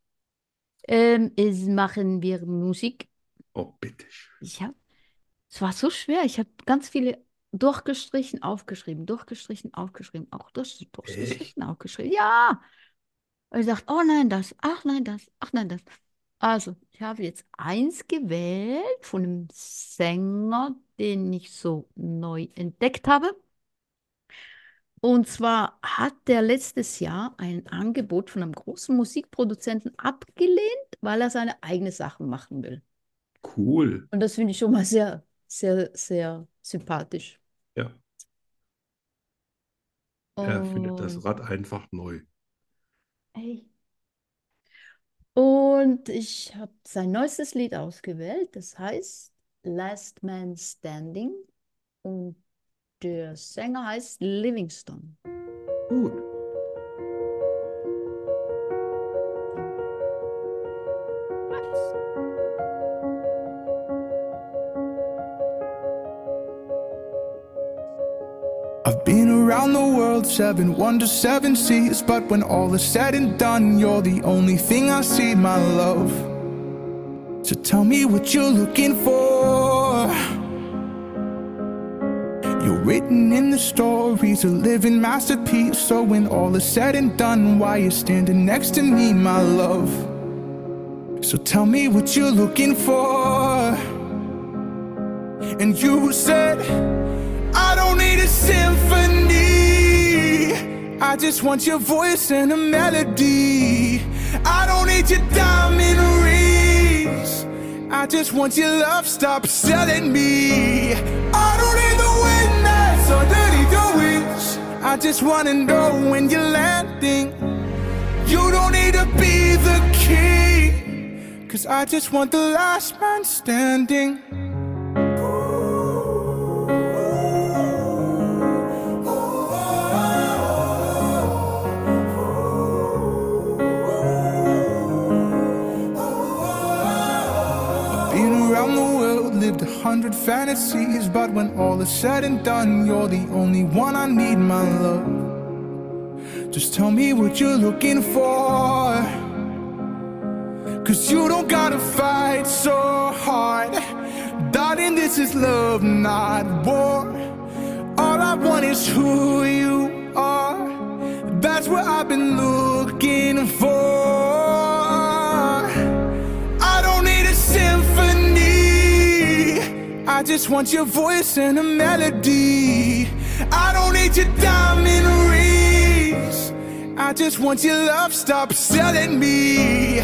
Speaker 1: Ähm, es machen wir Musik.
Speaker 2: Oh, bitteschön.
Speaker 1: Ich habe, es war so schwer. Ich habe ganz viele durchgestrichen, aufgeschrieben, durchgestrichen, aufgeschrieben, auch durch, durchgestrichen, aufgeschrieben. Ja! Und ich dachte, oh nein, das, ach nein, das, ach nein, das. Also, ich habe jetzt eins gewählt von einem Sänger, den ich so neu entdeckt habe. Und zwar hat der letztes Jahr ein Angebot von einem großen Musikproduzenten abgelehnt, weil er seine eigenen Sachen machen will.
Speaker 2: Cool.
Speaker 1: Und das finde ich schon mal sehr, sehr, sehr sympathisch.
Speaker 2: Ja, er findet das
Speaker 1: Und,
Speaker 2: Rad einfach neu.
Speaker 1: ey. Und ich habe sein neuestes Lied ausgewählt, das heißt Last Man Standing. Und der Sänger heißt Livingstone.
Speaker 2: Gut.
Speaker 4: I've been around the world, seven wonders, seven seas. But when all is said and done, you're the only thing I see, my love. So tell me what you're looking for. You're written in the stories, a living masterpiece. So when all is said and done, why you're standing next to me, my love. So tell me what you're looking for. And you said, I don't need a symphony. I just want your voice and a melody. I don't need your diamond rings. I just want your love. Stop selling me. I don't need the wind that's underneath your wings. I just wanna know when you're landing. You don't need to be the king. Cause I just want the last man standing. Been around the world, lived a hundred fantasies, but when all is said and done, you're the only one I need, my love. Just tell me what you're looking for. Cause you don't gotta fight so hard. Darling, this is love, not war. All I want is who you are. That's what I've been looking for. I don't need a symphony. I just want your voice and a melody. I don't need your diamond rings. I just want your love. Stop selling me.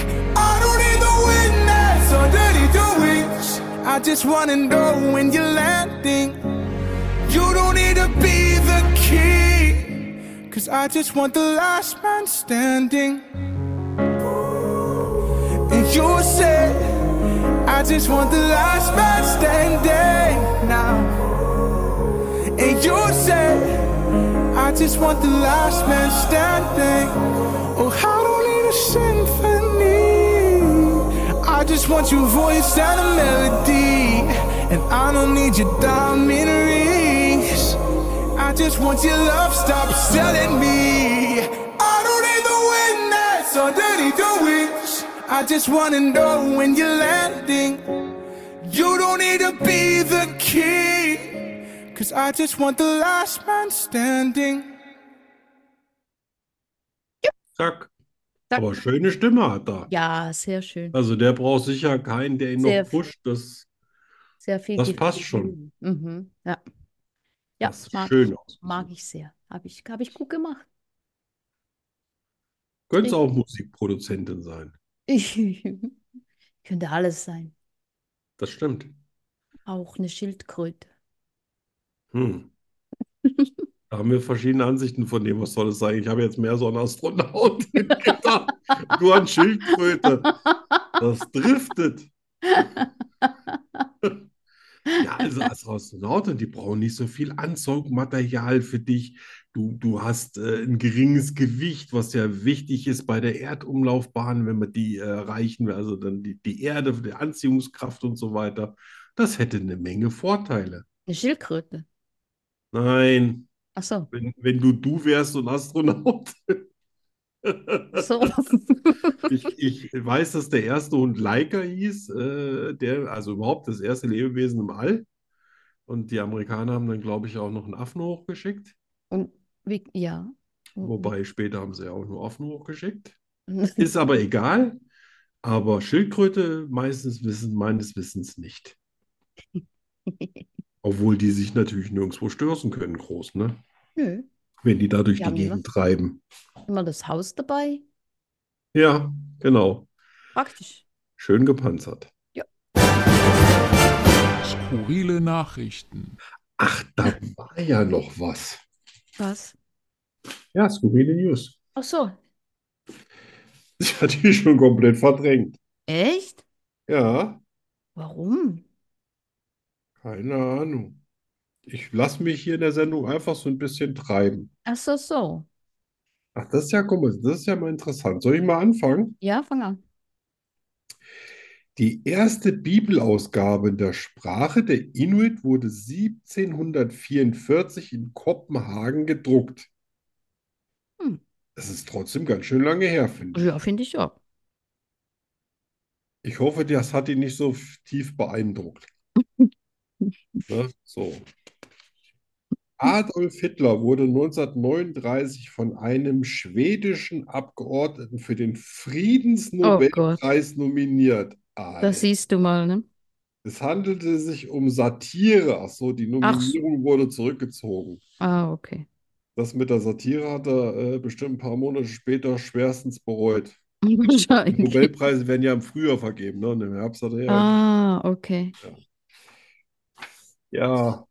Speaker 4: I don't need the wind that's underneath your wings. I just wanna know when you're landing. You don't need to be the king. Cause I just want the last man standing. And you said, I just want the last man standing now. And you said, I just want the last man standing. Oh, I don't need a symphony. I just want your voice and a melody. And I don't need your diamond rings. I just want your love, stop selling me. I don't need the wind that's underneath your wings. I just wanna know when you're landing. You don't need to be the king. Cause I just want the last man standing.
Speaker 1: Zack.
Speaker 2: Zack. Aber schöne Stimme hat er.
Speaker 1: Ja, sehr schön.
Speaker 2: Also der braucht sicher keinen, der ihn noch
Speaker 1: Sehr viel.
Speaker 2: pusht. Das,
Speaker 1: Sehr viel
Speaker 2: das
Speaker 1: Gift.
Speaker 2: passt schon.
Speaker 1: Mhm. Ja, ja,
Speaker 2: Das ist
Speaker 1: mag
Speaker 2: schön
Speaker 1: ich,
Speaker 2: aus.
Speaker 1: mag ich sehr. Habe ich, hab ich gut gemacht. [LAUGHS]
Speaker 2: Könnte es auch Musikproduzentin sein.
Speaker 1: Könnte alles sein.
Speaker 2: Das stimmt.
Speaker 1: Auch eine Schildkröte.
Speaker 2: Hm. Da haben wir verschiedene Ansichten von dem, was soll es sein. Ich habe jetzt mehr so an Astronautin [LAUGHS] gedacht. Du an Schildkröte. Das driftet. [LAUGHS] Ja, also als Astronautin, die brauchen nicht so viel Ansaugmaterial für dich. Du, du hast äh, ein geringes Gewicht, was ja wichtig ist bei der Erdumlaufbahn, wenn man die äh, erreichen will. Also dann die, die Erde, die Anziehungskraft und so weiter. Das hätte eine Menge Vorteile.
Speaker 1: Eine Schildkröte.
Speaker 2: Nein,
Speaker 1: Ach so.
Speaker 2: wenn, wenn du du wärst und Astronaut. [LAUGHS]
Speaker 1: So.
Speaker 2: Ich, ich weiß, dass der erste Hund Laika hieß, äh, der, also überhaupt das erste Lebewesen im All. Und die Amerikaner haben dann, glaube ich, auch noch einen Affen hochgeschickt.
Speaker 1: Und wie, ja.
Speaker 2: Wobei später haben sie ja auch nur Affen hochgeschickt. Ist aber egal. Aber Schildkröte meistens wissen, meines Wissens nicht. Obwohl die sich natürlich nirgendwo stören können, groß, ne?
Speaker 1: Nö,
Speaker 2: Wenn die da durch
Speaker 1: Die
Speaker 2: die
Speaker 1: haben die
Speaker 2: Gegend treiben.
Speaker 1: immer das Haus dabei.
Speaker 2: Ja, genau.
Speaker 1: Praktisch.
Speaker 2: Schön gepanzert.
Speaker 5: Skurrile Nachrichten.
Speaker 2: Ach, da war ja noch was.
Speaker 1: Was?
Speaker 2: Ja, skurrile News.
Speaker 1: Ach so.
Speaker 2: Ich hatte die schon komplett verdrängt.
Speaker 1: Echt?
Speaker 2: Ja,
Speaker 1: Warum?
Speaker 2: keine Ahnung. Ich lasse mich hier in der Sendung einfach so ein bisschen treiben.
Speaker 1: Ach so, so.
Speaker 2: Ach, das ist ja, guck mal, das ist ja mal interessant. Soll ich mal anfangen?
Speaker 1: Ja, fang an.
Speaker 2: Die erste Bibelausgabe in der Sprache der Inuit wurde 1744 in Kopenhagen gedruckt.
Speaker 1: Hm.
Speaker 2: Das ist trotzdem ganz schön lange her, finde ich.
Speaker 1: Ja, finde ich auch.
Speaker 2: Ich hoffe, das hat ihn nicht so f- tief
Speaker 1: [LAUGHS]
Speaker 2: beeindruckt. Ne? So. Adolf Hitler wurde 1939 von einem schwedischen Abgeordneten für den Friedensnobelpreis nominiert. Ah,
Speaker 1: Oh Das siehst du mal, ne?
Speaker 2: es handelte sich um Satire. Ach so, die
Speaker 1: Ach so.
Speaker 2: Nominierung wurde zurückgezogen.
Speaker 1: Ah, okay. [LAUGHS]
Speaker 2: Das mit der Satire hat er äh, bestimmt ein paar Monate später schwerstens bereut. Die
Speaker 1: [LAUGHS] Wahrscheinlich.
Speaker 2: Nobelpreise werden ja im Frühjahr vergeben, ne? Und im Herbst hat er ja.
Speaker 1: Ah, okay.
Speaker 2: Ja,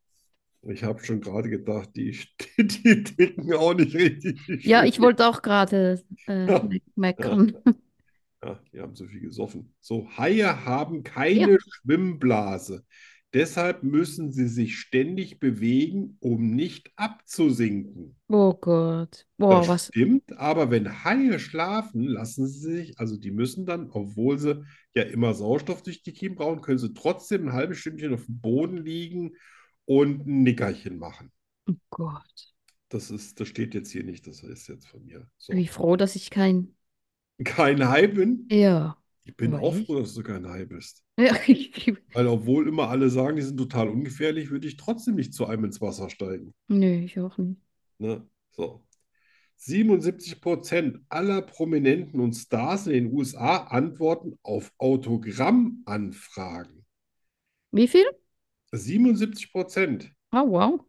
Speaker 2: ich habe schon gerade gedacht, die, [LAUGHS] die ticken auch nicht richtig. die
Speaker 1: Ja, ich
Speaker 2: Schweden.
Speaker 1: wollte auch gerade äh,
Speaker 2: [LAUGHS] Ja.
Speaker 1: me- meckern.
Speaker 2: Ja, die haben so viel gesoffen. So, Haie haben keine Schwimmblase. Deshalb müssen sie sich ständig bewegen, um nicht abzusinken.
Speaker 1: Oh Gott. Boah,
Speaker 2: Das
Speaker 1: was?
Speaker 2: stimmt, aber wenn Haie schlafen, lassen sie sich, also die müssen dann, obwohl sie ja immer Sauerstoff durch die Kiemen brauchen, können sie trotzdem ein halbes Stündchen auf dem Boden liegen und ein Nickerchen machen.
Speaker 1: Oh Gott.
Speaker 2: Das ist, das steht jetzt hier nicht, das ist jetzt von mir. So.
Speaker 1: Bin ich froh, dass ich kein.
Speaker 2: [LAUGHS] Kein Hai bin.
Speaker 1: Ja. [LAUGHS]
Speaker 2: Ich bin
Speaker 1: aber
Speaker 2: auch
Speaker 1: ich-
Speaker 2: froh, dass du kein Hai bist.
Speaker 1: Ja, ich-
Speaker 2: Weil obwohl immer alle sagen, die sind total ungefährlich, würde ich trotzdem nicht zu einem ins Wasser steigen.
Speaker 1: Nö, ich auch nicht.
Speaker 2: Ne? So. 77 Prozent aller Prominenten und Stars in den USA antworten auf Autogrammanfragen.
Speaker 1: Wie viel?
Speaker 2: 77 Prozent.
Speaker 1: Oh, wow.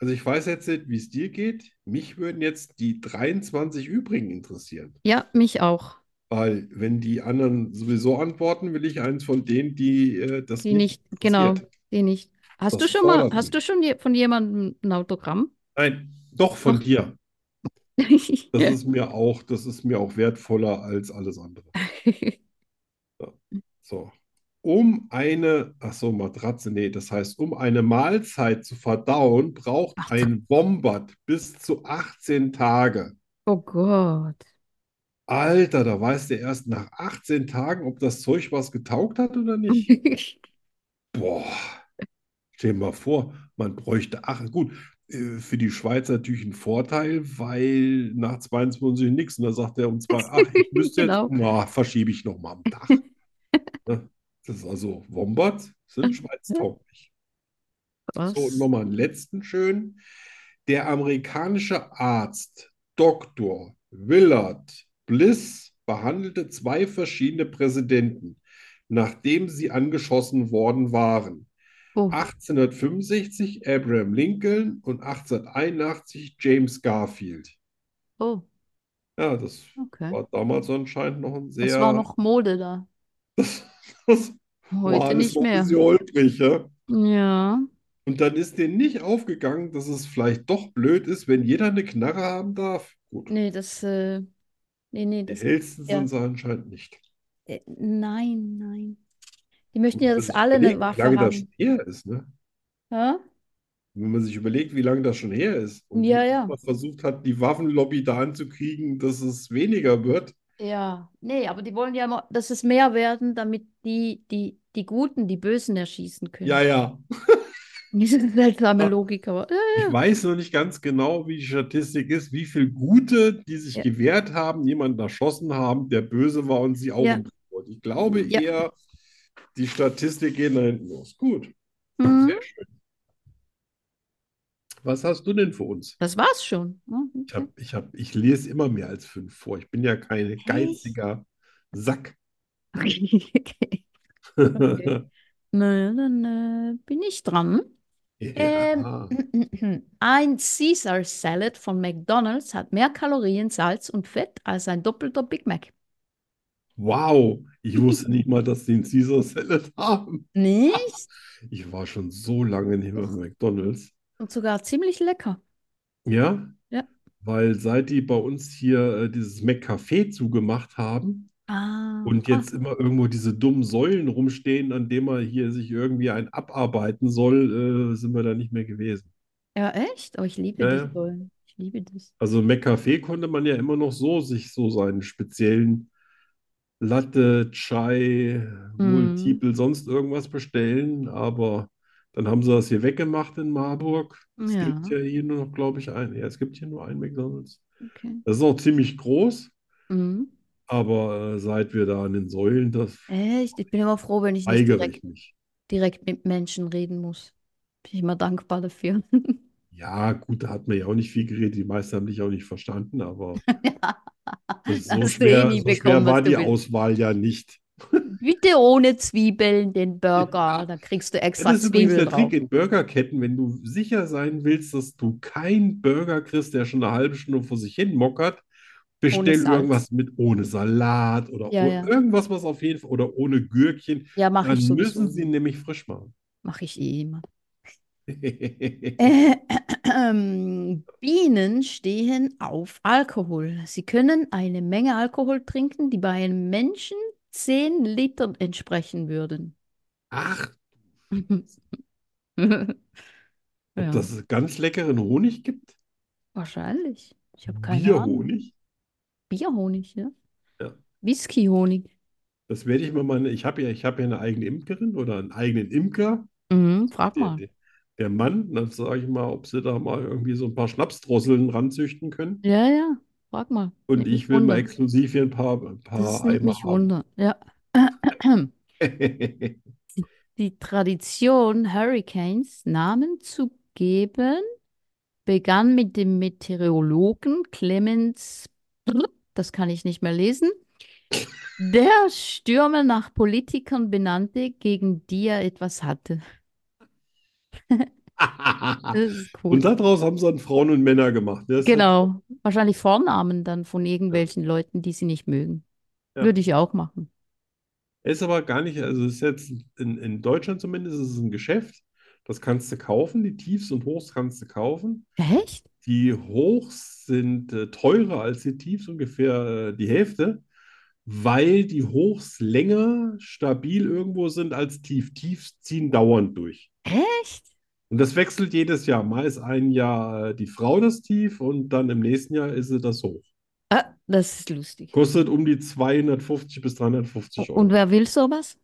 Speaker 2: Also ich weiß jetzt nicht, wie es dir geht. Mich würden jetzt die 23 übrigen interessieren.
Speaker 1: Ja, mich auch.
Speaker 2: Weil, wenn die anderen sowieso antworten, will ich eins von denen, die äh, das
Speaker 1: Die nicht, genau,
Speaker 2: interessiert.
Speaker 1: die nicht. Hast
Speaker 2: Das
Speaker 1: du schon mal,
Speaker 2: fordert
Speaker 1: hast
Speaker 2: mich.
Speaker 1: du schon je, von jemandem ein Autogramm?
Speaker 2: Nein, doch von
Speaker 1: Ach.
Speaker 2: dir. Das ist mir auch, das ist mir auch wertvoller als alles andere. So. Um eine, ach so, Matratze, nee, das heißt, um eine Mahlzeit zu verdauen, braucht
Speaker 1: Ach.
Speaker 2: ein Wombat bis zu 18 Tage.
Speaker 1: [LAUGHS] Oh
Speaker 2: [LAUGHS]
Speaker 1: Gott.
Speaker 2: Alter, da weiß der erst nach 18 Tagen, ob das Zeug was getaugt hat oder nicht. Boah, stell dir mal vor, man bräuchte, ach gut, äh, für die Schweiz natürlich ein Vorteil, weil nach 22 nichts und da sagt er um zwei, ach, ich müsste jetzt,
Speaker 1: Genau.
Speaker 2: na, verschiebe ich nochmal am Tag. Ne? Das ist also Wombats sind schweiztauglich.
Speaker 1: Was?
Speaker 2: So, und nochmal einen letzten schön. Der amerikanische Arzt Dr. Willard Bliss behandelte zwei verschiedene Präsidenten, nachdem sie angeschossen worden waren.
Speaker 1: Oh,
Speaker 2: 1865 Abraham Lincoln und 1881 James Garfield.
Speaker 1: oh,
Speaker 2: Ja, das
Speaker 1: okay.
Speaker 2: war damals anscheinend noch ein
Speaker 1: Das war
Speaker 2: sehr,
Speaker 1: noch Mode da.
Speaker 2: [LAUGHS] das
Speaker 1: Heute
Speaker 2: war alles
Speaker 1: nicht
Speaker 2: noch ein
Speaker 1: mehr.
Speaker 2: bisschen holprig, ja.
Speaker 1: Ja.
Speaker 2: Und dann ist denen nicht aufgegangen, dass es vielleicht doch blöd ist, wenn jeder eine Knarre haben darf. Gut,
Speaker 1: Nee, das, äh, nee, nee,
Speaker 2: die
Speaker 1: das,
Speaker 2: hellsten
Speaker 1: ja.
Speaker 2: sind sie anscheinend nicht.
Speaker 1: äh, nein, nein. Die Die möchten ja,
Speaker 2: Wenn man
Speaker 1: dass
Speaker 2: sich
Speaker 1: alle eine
Speaker 2: überlegt, wie
Speaker 1: Waffe
Speaker 2: lange das schon
Speaker 1: haben.
Speaker 2: her ist, ne?
Speaker 1: Ja?
Speaker 2: Wenn man sich überlegt, wie lange das schon her ist und wie
Speaker 1: Ja,
Speaker 2: oft
Speaker 1: ja.
Speaker 2: man versucht hat, die Waffenlobby dahin zu kriegen, dass es weniger wird.
Speaker 1: Ja, nee, aber die wollen ja immer, dass es mehr werden, damit die, die, die Guten, die Bösen erschießen
Speaker 2: Ja,
Speaker 1: können.
Speaker 2: ja.
Speaker 1: Das ist eine [LAUGHS]
Speaker 2: Ah.
Speaker 1: seltsame Logik, aber äh,
Speaker 2: Ich weiß noch nicht ganz genau, wie die Statistik ist, wie viele Gute, die sich
Speaker 1: ja,
Speaker 2: gewehrt haben, jemanden erschossen haben, der böse war und sie auch
Speaker 1: ja,
Speaker 2: umbringen wollte. Ich glaube
Speaker 1: ja.
Speaker 2: eher, die Statistik geht nach hinten los. Gut,
Speaker 1: Mhm.
Speaker 2: sehr schön. Was hast du denn für uns?
Speaker 1: Das war's schon. Mhm.
Speaker 2: Ich hab, ich hab, ich lese immer mehr als fünf vor. Ich bin ja kein
Speaker 1: Echt?
Speaker 2: geiziger Sack.
Speaker 1: [LAUGHS] Okay. Okay. Naja, dann äh, bin ich
Speaker 2: [CLEARS THROAT]
Speaker 1: dran. Ähm,
Speaker 2: [LAUGHS] Ja.
Speaker 1: ein Caesar Salad von McDonald's hat mehr Kalorien, Salz und Fett als ein doppelter Big Mac.
Speaker 2: Wow, ich wusste nicht mal, dass die einen Caesar Salad haben.
Speaker 1: Nicht?
Speaker 2: Ich war schon so lange nicht mehr bei
Speaker 1: Doch.
Speaker 2: McDonald's.
Speaker 1: [LAUGHS] Und sogar ziemlich lecker.
Speaker 2: Ja,
Speaker 1: Ja.
Speaker 2: weil seit die bei uns hier äh, dieses McCafé zugemacht haben
Speaker 1: Ah,
Speaker 2: und
Speaker 1: ah.
Speaker 2: jetzt immer irgendwo diese dummen Säulen rumstehen, an denen man hier sich irgendwie ein abarbeiten soll, äh, sind wir da nicht mehr gewesen.
Speaker 1: Ja, echt? Oh, ich liebe
Speaker 2: Ja,
Speaker 1: die
Speaker 2: ja.
Speaker 1: Säulen. Ich liebe das.
Speaker 2: Also McCafé konnte man ja immer noch so sich so seinen speziellen Latte, Chai,
Speaker 1: Mhm.
Speaker 2: Multiple, sonst irgendwas bestellen, aber dann haben sie das hier weggemacht in Marburg. Es gibt
Speaker 1: Ja,
Speaker 2: ja hier nur noch, glaube ich, einen. Ja, es gibt hier nur einen McDonald's.
Speaker 1: okay.
Speaker 2: Das ist auch ziemlich groß,
Speaker 1: Mhm.
Speaker 2: aber äh, seit wir da an den Säulen, das
Speaker 1: Echt? Ich bin immer froh, wenn ich nicht
Speaker 2: weigere ich
Speaker 1: Äh, direkt,
Speaker 2: mich.
Speaker 1: direkt mit Menschen reden muss. Bin ich immer dankbar dafür.
Speaker 2: Ja, gut, da hat man ja auch nicht viel geredet. Die meisten haben dich auch nicht verstanden, aber
Speaker 1: [LAUGHS] Ja,
Speaker 2: das,
Speaker 1: da
Speaker 2: so
Speaker 1: hast du eh
Speaker 2: schwer,
Speaker 1: nie
Speaker 2: so schwer
Speaker 1: bekommen, was
Speaker 2: war
Speaker 1: du
Speaker 2: die
Speaker 1: willst.
Speaker 2: Auswahl ja nicht.
Speaker 1: Bitte ohne Zwiebeln den Burger.
Speaker 2: Ja.
Speaker 1: Dann kriegst du
Speaker 2: Ja, Das
Speaker 1: extra
Speaker 2: ist übrigens
Speaker 1: Zwiebeln
Speaker 2: der Trick
Speaker 1: drauf.
Speaker 2: in Burgerketten, wenn du sicher sein willst, dass du keinen Burger kriegst, der schon eine halbe Stunde vor sich hin mockert,
Speaker 1: Ohne
Speaker 2: bestell
Speaker 1: Salz.
Speaker 2: irgendwas mit ohne Salat oder
Speaker 1: Ja,
Speaker 2: oh-
Speaker 1: ja.
Speaker 2: irgendwas, was auf jeden Fall oder ohne Gürkchen,
Speaker 1: Ja, mache ich
Speaker 2: dann müssen
Speaker 1: sowieso.
Speaker 2: sie ihn nämlich frisch machen. [LAUGHS]
Speaker 1: Mache ich eh immer. Äh, ähm, Bienen stehen auf Alkohol. Sie können eine Menge Alkohol trinken, die bei einem Menschen 10 Litern entsprechen
Speaker 2: [LAUGHS]
Speaker 1: würden.
Speaker 2: Ach, ob
Speaker 1: Ja,
Speaker 2: das ganz leckeren Honig gibt?
Speaker 1: wahrscheinlich. Ich habe keine Ahnung.
Speaker 2: Bierhonig?
Speaker 1: Bierhonig, ja?
Speaker 2: Ja,
Speaker 1: Whiskyhonig.
Speaker 2: das werde ich mal meine. Ich habe ja, ich habe ja eine eigene Imkerin oder einen eigenen Imker.
Speaker 1: Mhm, frag
Speaker 2: der,
Speaker 1: mal.
Speaker 2: der, der Mann, dann sage ich mal, ob sie da mal irgendwie so ein paar Schnapsdrosseln ranzüchten können.
Speaker 1: Ja, ja, frag mal.
Speaker 2: Und
Speaker 1: Nicht mich
Speaker 2: ich will mal
Speaker 1: wundern.
Speaker 2: exklusiv hier ein paar, ein
Speaker 1: Das
Speaker 2: paar
Speaker 1: nimmt
Speaker 2: Eimer
Speaker 1: mich
Speaker 2: haben.
Speaker 1: wunder. Ja. [CLEARS THROAT] Die Tradition, Hurricanes Namen zu geben, begann mit dem Meteorologen Clemens, Brr, das kann ich nicht mehr lesen, der Stürme nach Politikern benannte, gegen die er etwas hatte. Das ist
Speaker 2: Ah. [LAUGHS] Und
Speaker 1: cool.
Speaker 2: daraus haben sie dann Frauen und Männer gemacht. Das ist ja toll.
Speaker 1: Genau. Wahrscheinlich Vornamen dann von
Speaker 2: Ja,
Speaker 1: irgendwelchen Leuten, die sie nicht mögen.
Speaker 2: ja.
Speaker 1: Würde ich auch machen.
Speaker 2: Er Ist aber gar nicht, also ist jetzt in, in Deutschland zumindest ist es ein Geschäft. Das kannst du kaufen, die Tiefs und Hochs kannst du kaufen.
Speaker 1: Echt?
Speaker 2: Die Hochs sind äh, teurer als die Tiefs, ungefähr äh, die Hälfte. weil die Hochs länger stabil irgendwo sind als tief. Tiefs ziehen dauernd durch.
Speaker 1: Echt?
Speaker 2: Und das wechselt jedes Jahr. Mal ist ein Jahr äh, die Frau das Tief und dann im nächsten Jahr ist sie das Hoch.
Speaker 1: Ah, das ist lustig.
Speaker 2: Kostet um die 250 bis 350
Speaker 1: Und
Speaker 2: Euro.
Speaker 1: wer will sowas?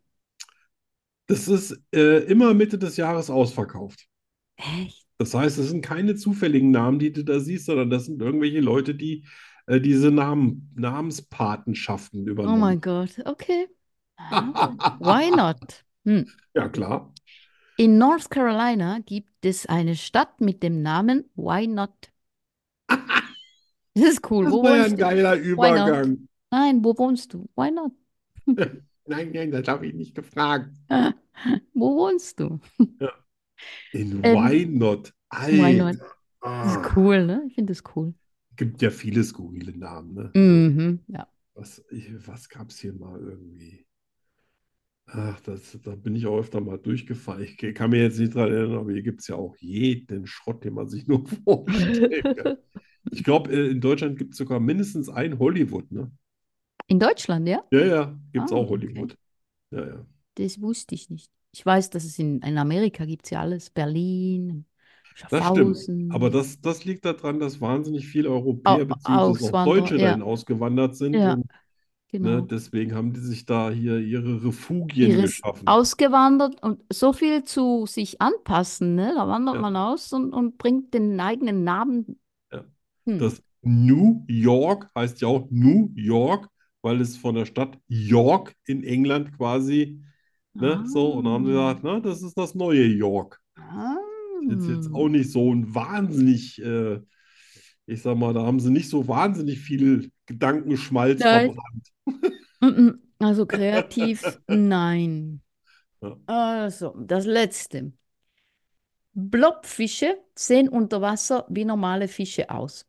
Speaker 2: Das ist äh, immer Mitte des Jahres ausverkauft.
Speaker 1: Echt?
Speaker 2: Das heißt, es sind keine zufälligen Namen, die du da siehst, sondern das sind irgendwelche Leute, die äh, diese Namen, Namenspatenschaften
Speaker 1: Oh
Speaker 2: übernommen
Speaker 1: mein Gott. Okay. Ah, Why
Speaker 2: haben.
Speaker 1: not? Hm.
Speaker 2: [LAUGHS] Ja, klar.
Speaker 1: In North Carolina gibt es eine Stadt mit dem Namen Why Not. Das ist cool.
Speaker 2: Das
Speaker 1: Wo
Speaker 2: war ja ein
Speaker 1: wohnst du?
Speaker 2: geiler
Speaker 1: Why not?
Speaker 2: Übergang.
Speaker 1: Nein, wo wohnst du? Why not?
Speaker 2: Nein, nein, das habe ich nicht gefragt.
Speaker 1: Wo wohnst du?
Speaker 2: Ja. In
Speaker 1: Ähm,
Speaker 2: Why Not?
Speaker 1: why not?
Speaker 2: Alter.
Speaker 1: Das ist
Speaker 2: Ah.
Speaker 1: cool, ne? Ich finde das cool.
Speaker 2: Gibt ja viele skurrile Namen, ne? So,
Speaker 1: Mhm, ja.
Speaker 2: was, ich, was gab es hier mal irgendwie? Ach, das, da bin ich auch öfter mal durchgefallen. Ich kann mir jetzt nicht dran erinnern, aber hier gibt es ja auch jeden Schrott, den man sich [LAUGHS] nur vorstellen kann.
Speaker 1: [LAUGHS]
Speaker 2: Ich glaube, in Deutschland gibt es sogar mindestens ein Hollywood, ne?
Speaker 1: In Deutschland, ja?
Speaker 2: Ja, ja, gibt es
Speaker 1: Ah,
Speaker 2: auch
Speaker 1: okay.
Speaker 2: Hollywood. Ja, ja.
Speaker 1: Das wusste ich nicht. Ich weiß, dass es in, in Amerika gibt es ja alles. Berlin,
Speaker 2: Das stimmt.
Speaker 1: Schaffhausen.
Speaker 2: Aber das, das liegt daran, dass wahnsinnig viele Europäer
Speaker 1: Au-
Speaker 2: bzw. auch
Speaker 1: Auswanderer,
Speaker 2: Deutsche
Speaker 1: ja.
Speaker 2: dahin ausgewandert sind.
Speaker 1: Ja,
Speaker 2: Und, ne,
Speaker 1: genau.
Speaker 2: deswegen haben die sich da hier ihre Refugien
Speaker 1: Iris
Speaker 2: geschaffen.
Speaker 1: ausgewandert und so viel zu sich anpassen, ne? Da wandert
Speaker 2: Ja.
Speaker 1: man aus und, und bringt den eigenen Namen.
Speaker 2: Ja.
Speaker 1: Hm.
Speaker 2: Das New York heißt ja auch New York, weil es von der Stadt York in England quasi, ne, so, und dann haben sie gesagt, na, das ist das neue York.
Speaker 1: Ah.
Speaker 2: Ist jetzt
Speaker 1: Ah.
Speaker 2: auch nicht so ein wahnsinnig, äh, ich sag mal, da haben sie nicht so wahnsinnig viel Gedankenschmalz
Speaker 1: Nein.
Speaker 2: verbrannt.
Speaker 1: Mm-mm. Also
Speaker 2: [LAUGHS]
Speaker 1: kreativ, nein.
Speaker 2: Ja.
Speaker 1: Also, das letzte. Blobfische sehen unter Wasser wie normale Fische aus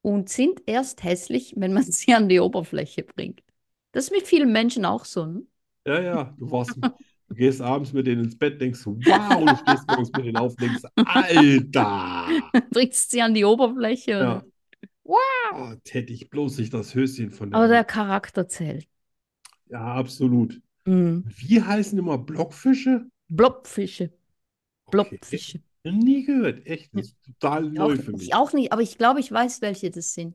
Speaker 1: und sind erst hässlich, wenn man [LAUGHS] sie an die Oberfläche bringt. Das ist mit vielen Menschen auch so. Ne? [LAUGHS]
Speaker 2: Ja, ja, du warst, du gehst abends mit denen ins Bett, denkst, wow, du stehst morgens mit denen auf, denkst,
Speaker 1: [LAUGHS]
Speaker 2: Alter!
Speaker 1: Bringst sie an die Oberfläche. Oder?
Speaker 2: Ja. Oh, hätte ich bloß nicht das Höschen von
Speaker 1: Aber der
Speaker 2: der.
Speaker 1: Charakter zählt.
Speaker 2: Ja, absolut.
Speaker 1: Mhm.
Speaker 2: Wie heißen immer Blockfische?
Speaker 1: Blobfische,
Speaker 2: Okay.
Speaker 1: Blobfische.
Speaker 2: Nie gehört, echt. Das ist total
Speaker 1: Auch,
Speaker 2: neu für mich.
Speaker 1: ich auch nicht, aber ich glaube, ich weiß, welche das sind.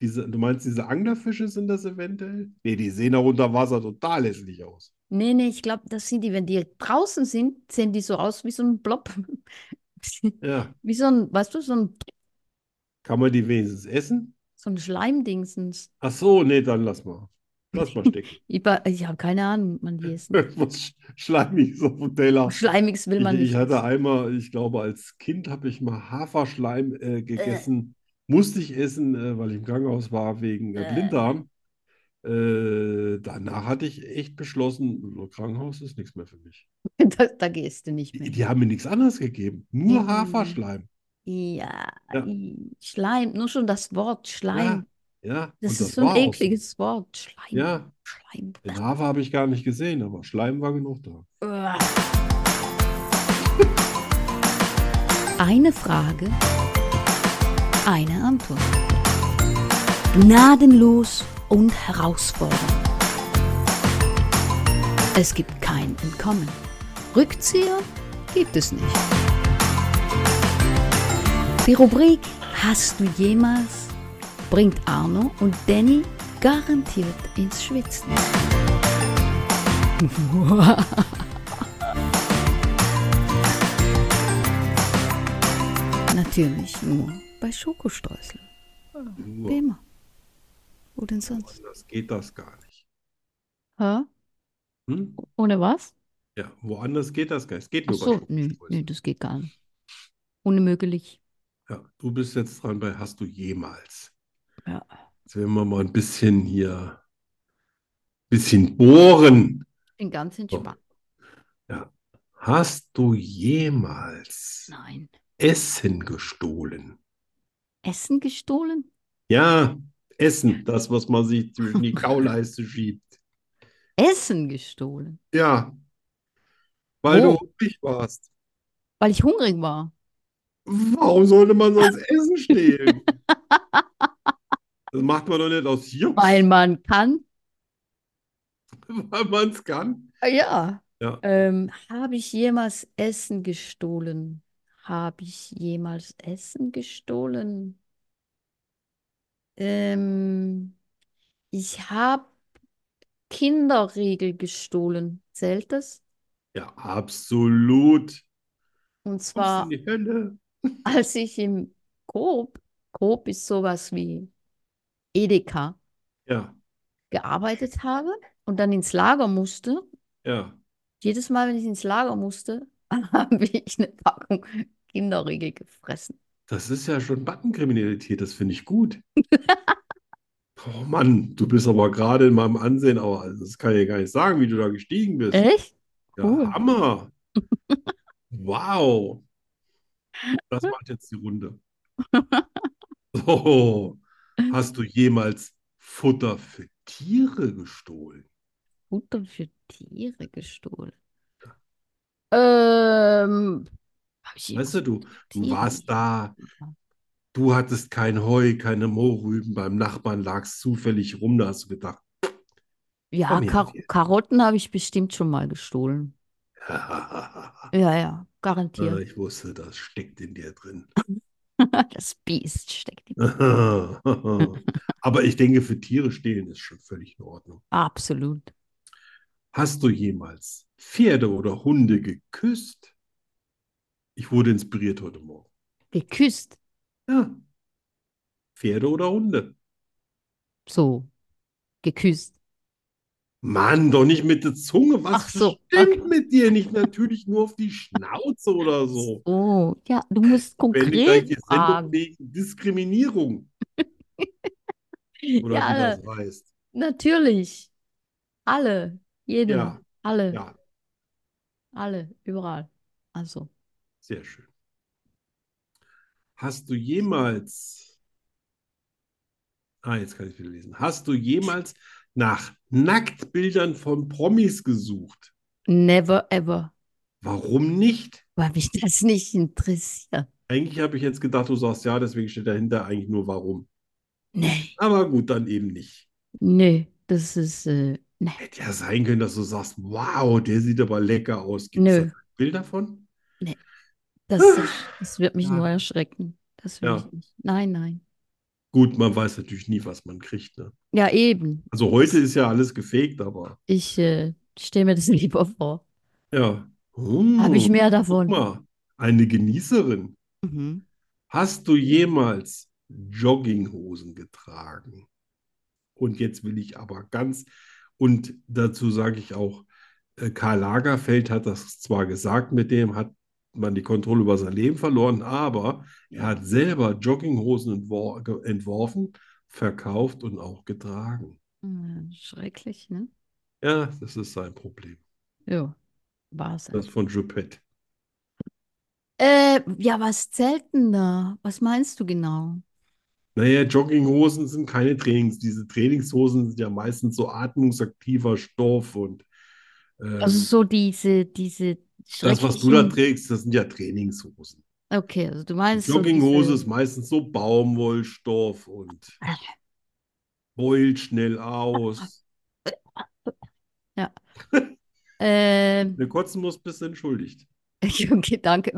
Speaker 2: Diese, du meinst, diese Anglerfische sind das eventuell? Nee, die sehen auch unter Wasser total hässlich aus.
Speaker 1: Nee, nee, ich glaube, das sind die, wenn die draußen sind, sehen die so aus wie so ein Blob. [LAUGHS]
Speaker 2: Ja.
Speaker 1: Wie so ein, weißt du, so ein,
Speaker 2: Kann man die wenigstens essen?
Speaker 1: so ein Schleimdingsens.
Speaker 2: Ach so, nee, dann lass mal. Lass mal stecken. [LAUGHS]
Speaker 1: Ich, war- ich habe keine Ahnung, ob man die essen.
Speaker 2: Was Sch- Schleimiges auf dem
Speaker 1: [LAUGHS]
Speaker 2: Teller.
Speaker 1: Schleimiges will
Speaker 2: Ich,
Speaker 1: man
Speaker 2: ich
Speaker 1: nicht
Speaker 2: hatte
Speaker 1: essen.
Speaker 2: einmal, ich glaube, als Kind habe ich mal Haferschleim äh, gegessen. Musste ich essen, äh, weil ich im Krankenhaus war wegen äh,
Speaker 1: Äh.
Speaker 2: Blinddarm. Äh, danach hatte ich echt beschlossen, Krankenhaus ist nichts mehr für mich.
Speaker 1: [LAUGHS] Da, da gehst du nicht
Speaker 2: Die,
Speaker 1: mehr.
Speaker 2: die haben mir nichts anderes gegeben. Nur
Speaker 1: Mhm.
Speaker 2: Haferschleim.
Speaker 1: Ja,
Speaker 2: Ja.
Speaker 1: i- Schleim, nur schon das Wort Schleim.
Speaker 2: Ja, ja.
Speaker 1: Das
Speaker 2: Und
Speaker 1: ist
Speaker 2: das
Speaker 1: so ein
Speaker 2: war auch so.
Speaker 1: ekliges Wort. Schleim,
Speaker 2: Ja,
Speaker 1: Schleim.
Speaker 2: den Hafer habe ich gar nicht gesehen, aber Schleim war genug da.
Speaker 1: Uah.
Speaker 3: Eine Frage, eine Antwort. Gnadenlos und herausfordernd. Es gibt kein Entkommen. Rückzieher gibt es nicht. Die Rubrik Hast du jemals bringt Arno und Danny garantiert ins Schwitzen. Natürlich nur bei Schokostreuseln. Wie
Speaker 2: Nur,
Speaker 3: immer. Wo denn sonst?
Speaker 2: das geht das gar nicht.
Speaker 1: Hä?
Speaker 2: Hm?
Speaker 1: Ohne was?
Speaker 2: Ja, woanders geht das gar nicht. Es geht
Speaker 1: Ach
Speaker 2: nur bei
Speaker 1: so, hm, nö, nö,
Speaker 2: Schokostreuseln.
Speaker 1: das geht gar nicht. Unmöglich.
Speaker 2: Ja, du bist jetzt dran bei Hast du jemals?
Speaker 1: Ja.
Speaker 2: Jetzt werden wir mal ein bisschen hier, bisschen bohren.
Speaker 1: Bin ganz entspannt.
Speaker 2: Hast du jemals
Speaker 1: Nein.
Speaker 2: Essen gestohlen?
Speaker 1: Essen gestohlen?
Speaker 2: Ja, Essen, das, was man sich
Speaker 1: [LAUGHS]
Speaker 2: zwischen die Kauleiste schiebt.
Speaker 1: Essen gestohlen.
Speaker 2: Ja, weil du
Speaker 1: Wo?
Speaker 2: hungrig warst.
Speaker 1: Weil ich hungrig war.
Speaker 2: Warum sollte man
Speaker 1: [LAUGHS]
Speaker 2: sonst Essen stehlen? Das macht man doch nicht aus Jux,
Speaker 1: Weil man kann.
Speaker 2: [LAUGHS] weil man es kann.
Speaker 1: Ah, Ja.
Speaker 2: Ja.
Speaker 1: Ähm, habe ich jemals Essen gestohlen? Habe ich jemals Essen gestohlen? Ähm, ich habe Kinderriegel gestohlen. Zählt das?
Speaker 2: Ja, absolut.
Speaker 1: Und
Speaker 2: Kommst in
Speaker 1: zwar,
Speaker 2: die Hölle?
Speaker 1: [LAUGHS] als ich im Coop, Coop ist sowas wie Edeka,
Speaker 2: Ja,
Speaker 1: gearbeitet habe und dann ins Lager musste.
Speaker 2: ja.
Speaker 1: Jedes Mal, wenn ich ins Lager musste, [LAUGHS] habe ich eine Packung Kinderriegel gefressen.
Speaker 2: Das ist ja schon Backenkriminalität, das finde ich [LAUGHS] gut. Oh Mann, du bist aber gerade in meinem Ansehen, aber also das kann ich ja gar nicht sagen, wie du da gestiegen bist.
Speaker 1: Echt?
Speaker 2: Ja,
Speaker 1: Cool. [LAUGHS]
Speaker 2: Hammer. Wow.
Speaker 1: [LAUGHS]
Speaker 2: Das macht jetzt die Runde. So, hast du jemals Futter für Tiere gestohlen?
Speaker 1: Futter für Tiere gestohlen. Ähm, habe ich
Speaker 2: Weißt du, du, du
Speaker 1: Tiere
Speaker 2: warst da, du hattest [LAUGHS] kein Heu, keine Mohrrüben, beim Nachbarn lagst zufällig rum, da hast du gedacht,
Speaker 1: Ja, Kar Karotten habe ich bestimmt schon mal gestohlen. Ja, ja,
Speaker 2: Ah,
Speaker 1: garantiert.
Speaker 2: ich wusste, das steckt in dir drin. [LAUGHS] Äh,
Speaker 1: Das Biest steckt im-
Speaker 2: Aber ich denke, für Tiere stehlen ist schon völlig in Ordnung.
Speaker 1: absolut.
Speaker 2: Hast du jemals Pferde oder Hunde geküsst? Ich wurde inspiriert heute Morgen.
Speaker 1: Geküsst.
Speaker 2: Ja. Pferde oder Hunde?
Speaker 1: So. Geküsst.
Speaker 2: Mann, doch nicht mit der Zunge. Was
Speaker 1: Ach so.
Speaker 2: stimmt mit dir nicht? Natürlich nur auf die Schnauze oder so.
Speaker 1: Oh, ja, du musst
Speaker 2: Wenn ich gleich die
Speaker 1: konkret
Speaker 2: Sendung
Speaker 1: fragen.
Speaker 2: wegen Diskriminierung oder wie
Speaker 1: Ja,
Speaker 2: das heißt.
Speaker 1: natürlich. Alle. Jedem.
Speaker 2: Ja,
Speaker 1: Alle.
Speaker 2: ja,
Speaker 1: Alle. Überall. Also.
Speaker 2: sehr schön. Hast du jemals, ah, jetzt kann ich wieder lesen. Hast du jemals nach Nacktbildern von Promis gesucht?
Speaker 1: Never ever.
Speaker 2: Warum nicht?
Speaker 1: Weil mich [LAUGHS] das nicht interessiert.
Speaker 2: Eigentlich habe ich jetzt gedacht, du sagst ja, deswegen steht dahinter eigentlich nur warum.
Speaker 1: Nee.
Speaker 2: Aber gut, dann eben nicht.
Speaker 1: Nee, das ist, äh, nee.
Speaker 2: Hätte ja sein können, dass du sagst, wow, der sieht aber lecker aus. Gibt es
Speaker 1: Nö.
Speaker 2: da Bilder von?
Speaker 1: Das, das wird mich
Speaker 2: Ja.
Speaker 1: nur erschrecken. Das will
Speaker 2: Ja.
Speaker 1: ich nicht. Nein, nein.
Speaker 2: Gut, man weiß natürlich nie, was man kriegt, ne?
Speaker 1: Ja, eben.
Speaker 2: Also heute ist ja alles gefaked, aber
Speaker 1: Ich äh, stelle mir das [LAUGHS] lieber vor.
Speaker 2: ja.
Speaker 1: Habe ich
Speaker 2: Hm,
Speaker 1: mehr
Speaker 2: guck
Speaker 1: davon.
Speaker 2: mal, eine Genießerin.
Speaker 1: Mhm.
Speaker 2: Hast du jemals Jogginghosen getragen? Und jetzt will ich aber ganz, und dazu sage ich auch, äh, Karl Lagerfeld hat das zwar gesagt, mit dem hat man die Kontrolle über sein Leben verloren, aber er hat selber Jogginghosen entwor ge- entworfen, verkauft und auch getragen.
Speaker 1: Äh, Schrecklich, ne?
Speaker 2: Ja, das ist sein Problem.
Speaker 1: Ja, Wahnsinn.
Speaker 2: Das von Juppette.
Speaker 1: Äh, ja, was zählt denn da? Was meinst du genau?
Speaker 2: Naja, Jogginghosen sind keine Trainings. Diese Trainingshosen sind ja meistens so atmungsaktiver Stoff und
Speaker 1: Also
Speaker 2: ähm,
Speaker 1: so diese, diese
Speaker 2: das, was du da
Speaker 1: schrecklichen.
Speaker 2: trägst, das sind ja Trainingshosen.
Speaker 1: Okay, also du
Speaker 2: Die
Speaker 1: meinst so
Speaker 2: Jogginghose
Speaker 1: diese.
Speaker 2: ist meistens so
Speaker 1: [LAUGHS]
Speaker 2: Baumwollstoff und beult schnell aus.
Speaker 1: Ähm, [LAUGHS]
Speaker 2: Wenn du kotzen musst, bist du entschuldigt.
Speaker 1: okay,
Speaker 2: [LAUGHS]
Speaker 1: danke.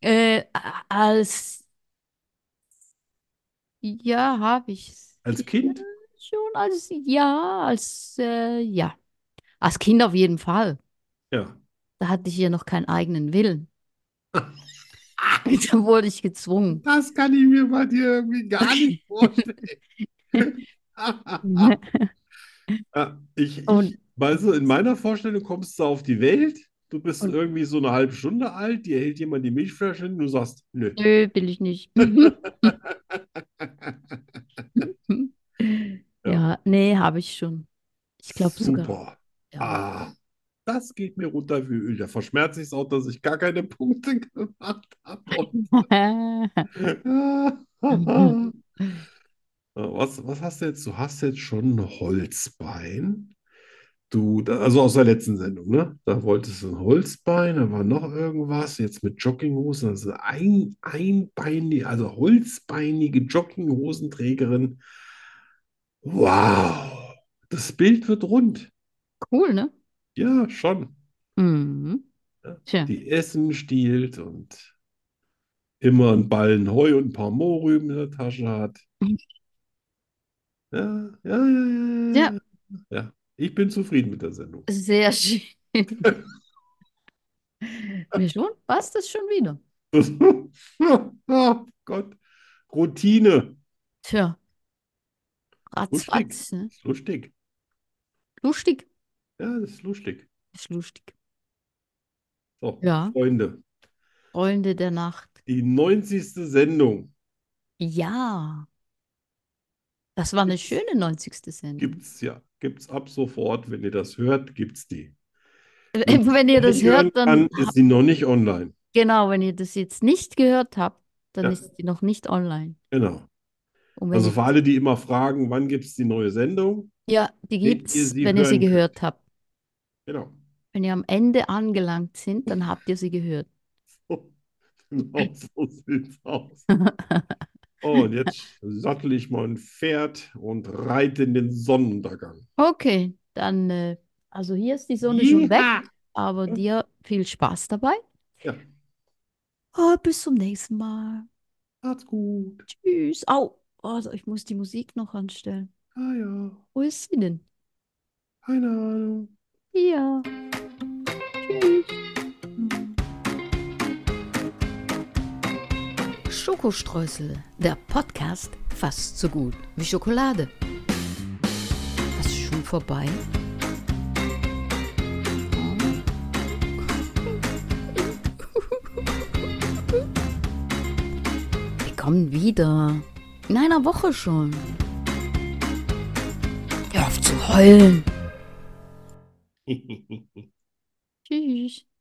Speaker 1: Äh, als. Ja, habe ich
Speaker 2: Als Kind?
Speaker 1: schon als ja, als äh, ja. Als Kind auf jeden Fall.
Speaker 2: Ja.
Speaker 1: Da hatte ich ja noch keinen eigenen
Speaker 2: [LAUGHS]
Speaker 1: Willen. [LAUGHS] Da wurde ich gezwungen.
Speaker 2: Das kann ich mir bei dir irgendwie
Speaker 1: [LAUGHS]
Speaker 2: gar nicht vorstellen. [LAUGHS] Ah. Ja, Ah, ich, ich,
Speaker 1: Und-
Speaker 2: weißt du, in meiner Vorstellung kommst du auf die Welt, du bist
Speaker 1: Und-
Speaker 2: irgendwie so eine halbe Stunde alt, dir hält jemand die Milchflasche hin, du sagst, nö.
Speaker 1: Nö, will ich
Speaker 2: [LAUGHS]
Speaker 1: nicht. [LAUGHS] Ja, nee, habe ich schon. Ich glaube sogar.
Speaker 2: Super.
Speaker 1: Ja. [LAUGHS]
Speaker 2: Ah, das geht mir runter wie Öl. Da verschmerzt sich es auch, dass ich gar keine Punkte [LAUGHS] gemacht habe. Äh, Was, was hast du jetzt? Du hast jetzt schon ein Holzbein. Du, da- also aus der letzten Sendung, ne? Da wolltest du ein Holzbein, da war noch irgendwas. Jetzt mit Jogginghosen, also ein, einbeinige, also holzbeinige Jogginghosenträgerin. Wow, das Bild wird rund.
Speaker 1: Cool, ne?
Speaker 2: Ja, schon.
Speaker 1: Mhm.
Speaker 2: Ja.
Speaker 1: Tja,
Speaker 2: Die Essen stiehlt und immer einen Ballen Heu und ein paar Mohrrüben in der Tasche hat. Ja, ja, ja, ja, ja. Ja, ich bin zufrieden mit der Sendung. [LAUGHS]
Speaker 1: sehr schön. [LAUGHS] Mir schon? Passt das schon wieder?
Speaker 2: Oh Gott, Routine.
Speaker 1: Tja, ratzfatz, ne?
Speaker 2: Ist lustig.
Speaker 1: Lustig.
Speaker 2: Ja, das ist lustig.
Speaker 1: Ist lustig.
Speaker 2: So,
Speaker 1: Ja.
Speaker 2: Freunde,
Speaker 1: Freunde der Nacht.
Speaker 2: die 90. Sendung
Speaker 1: Ja, das war eine
Speaker 2: Gibt's-
Speaker 1: schöne 90. Sendung.
Speaker 2: gibt's ja, gibt's ab sofort. Wenn ihr das hört, gibt's die.
Speaker 1: Äh, Wenn ihr das
Speaker 2: Nicht hören
Speaker 1: hört, dann
Speaker 2: kann, ist sie noch nicht online.
Speaker 1: genau, wenn ihr das jetzt nicht gehört habt, dann
Speaker 2: Ja.
Speaker 1: ist die noch nicht online.
Speaker 2: Genau.
Speaker 1: Und wenn
Speaker 2: Also
Speaker 1: ihr,
Speaker 2: für alle, die immer fragen, wann gibt es die neue Sendung?
Speaker 1: ja, die
Speaker 2: wenn ihr
Speaker 1: gibt's,
Speaker 2: sie
Speaker 1: wenn ihr sie
Speaker 2: hören könnt.
Speaker 1: gehört habt.
Speaker 2: Genau.
Speaker 1: Wenn ihr am Ende angelangt sind, dann habt ihr sie gehört. [LAUGHS]
Speaker 2: Genau so sieht's aus. Und jetzt sattel ich mein Pferd und reite in den Sonnenuntergang.
Speaker 1: Okay, dann, äh, also hier ist die Sonne schon weg, aber dir viel Spaß dabei.
Speaker 2: Ja.
Speaker 1: Ah, bis zum nächsten Mal.
Speaker 2: Macht's gut.
Speaker 1: Tschüss. Au, also ich muss die Musik noch anstellen.
Speaker 2: Ah ja,
Speaker 1: Wo ist sie denn? [LAUGHS]
Speaker 2: keine Ahnung.
Speaker 1: Hier. Tschüss.
Speaker 3: Schokostreusel, der Podcast fast so gut wie Schokolade. Was ist schon vorbei? Wir kommen wieder. In einer Woche schon. Hör auf zu heulen.
Speaker 1: Tschüss.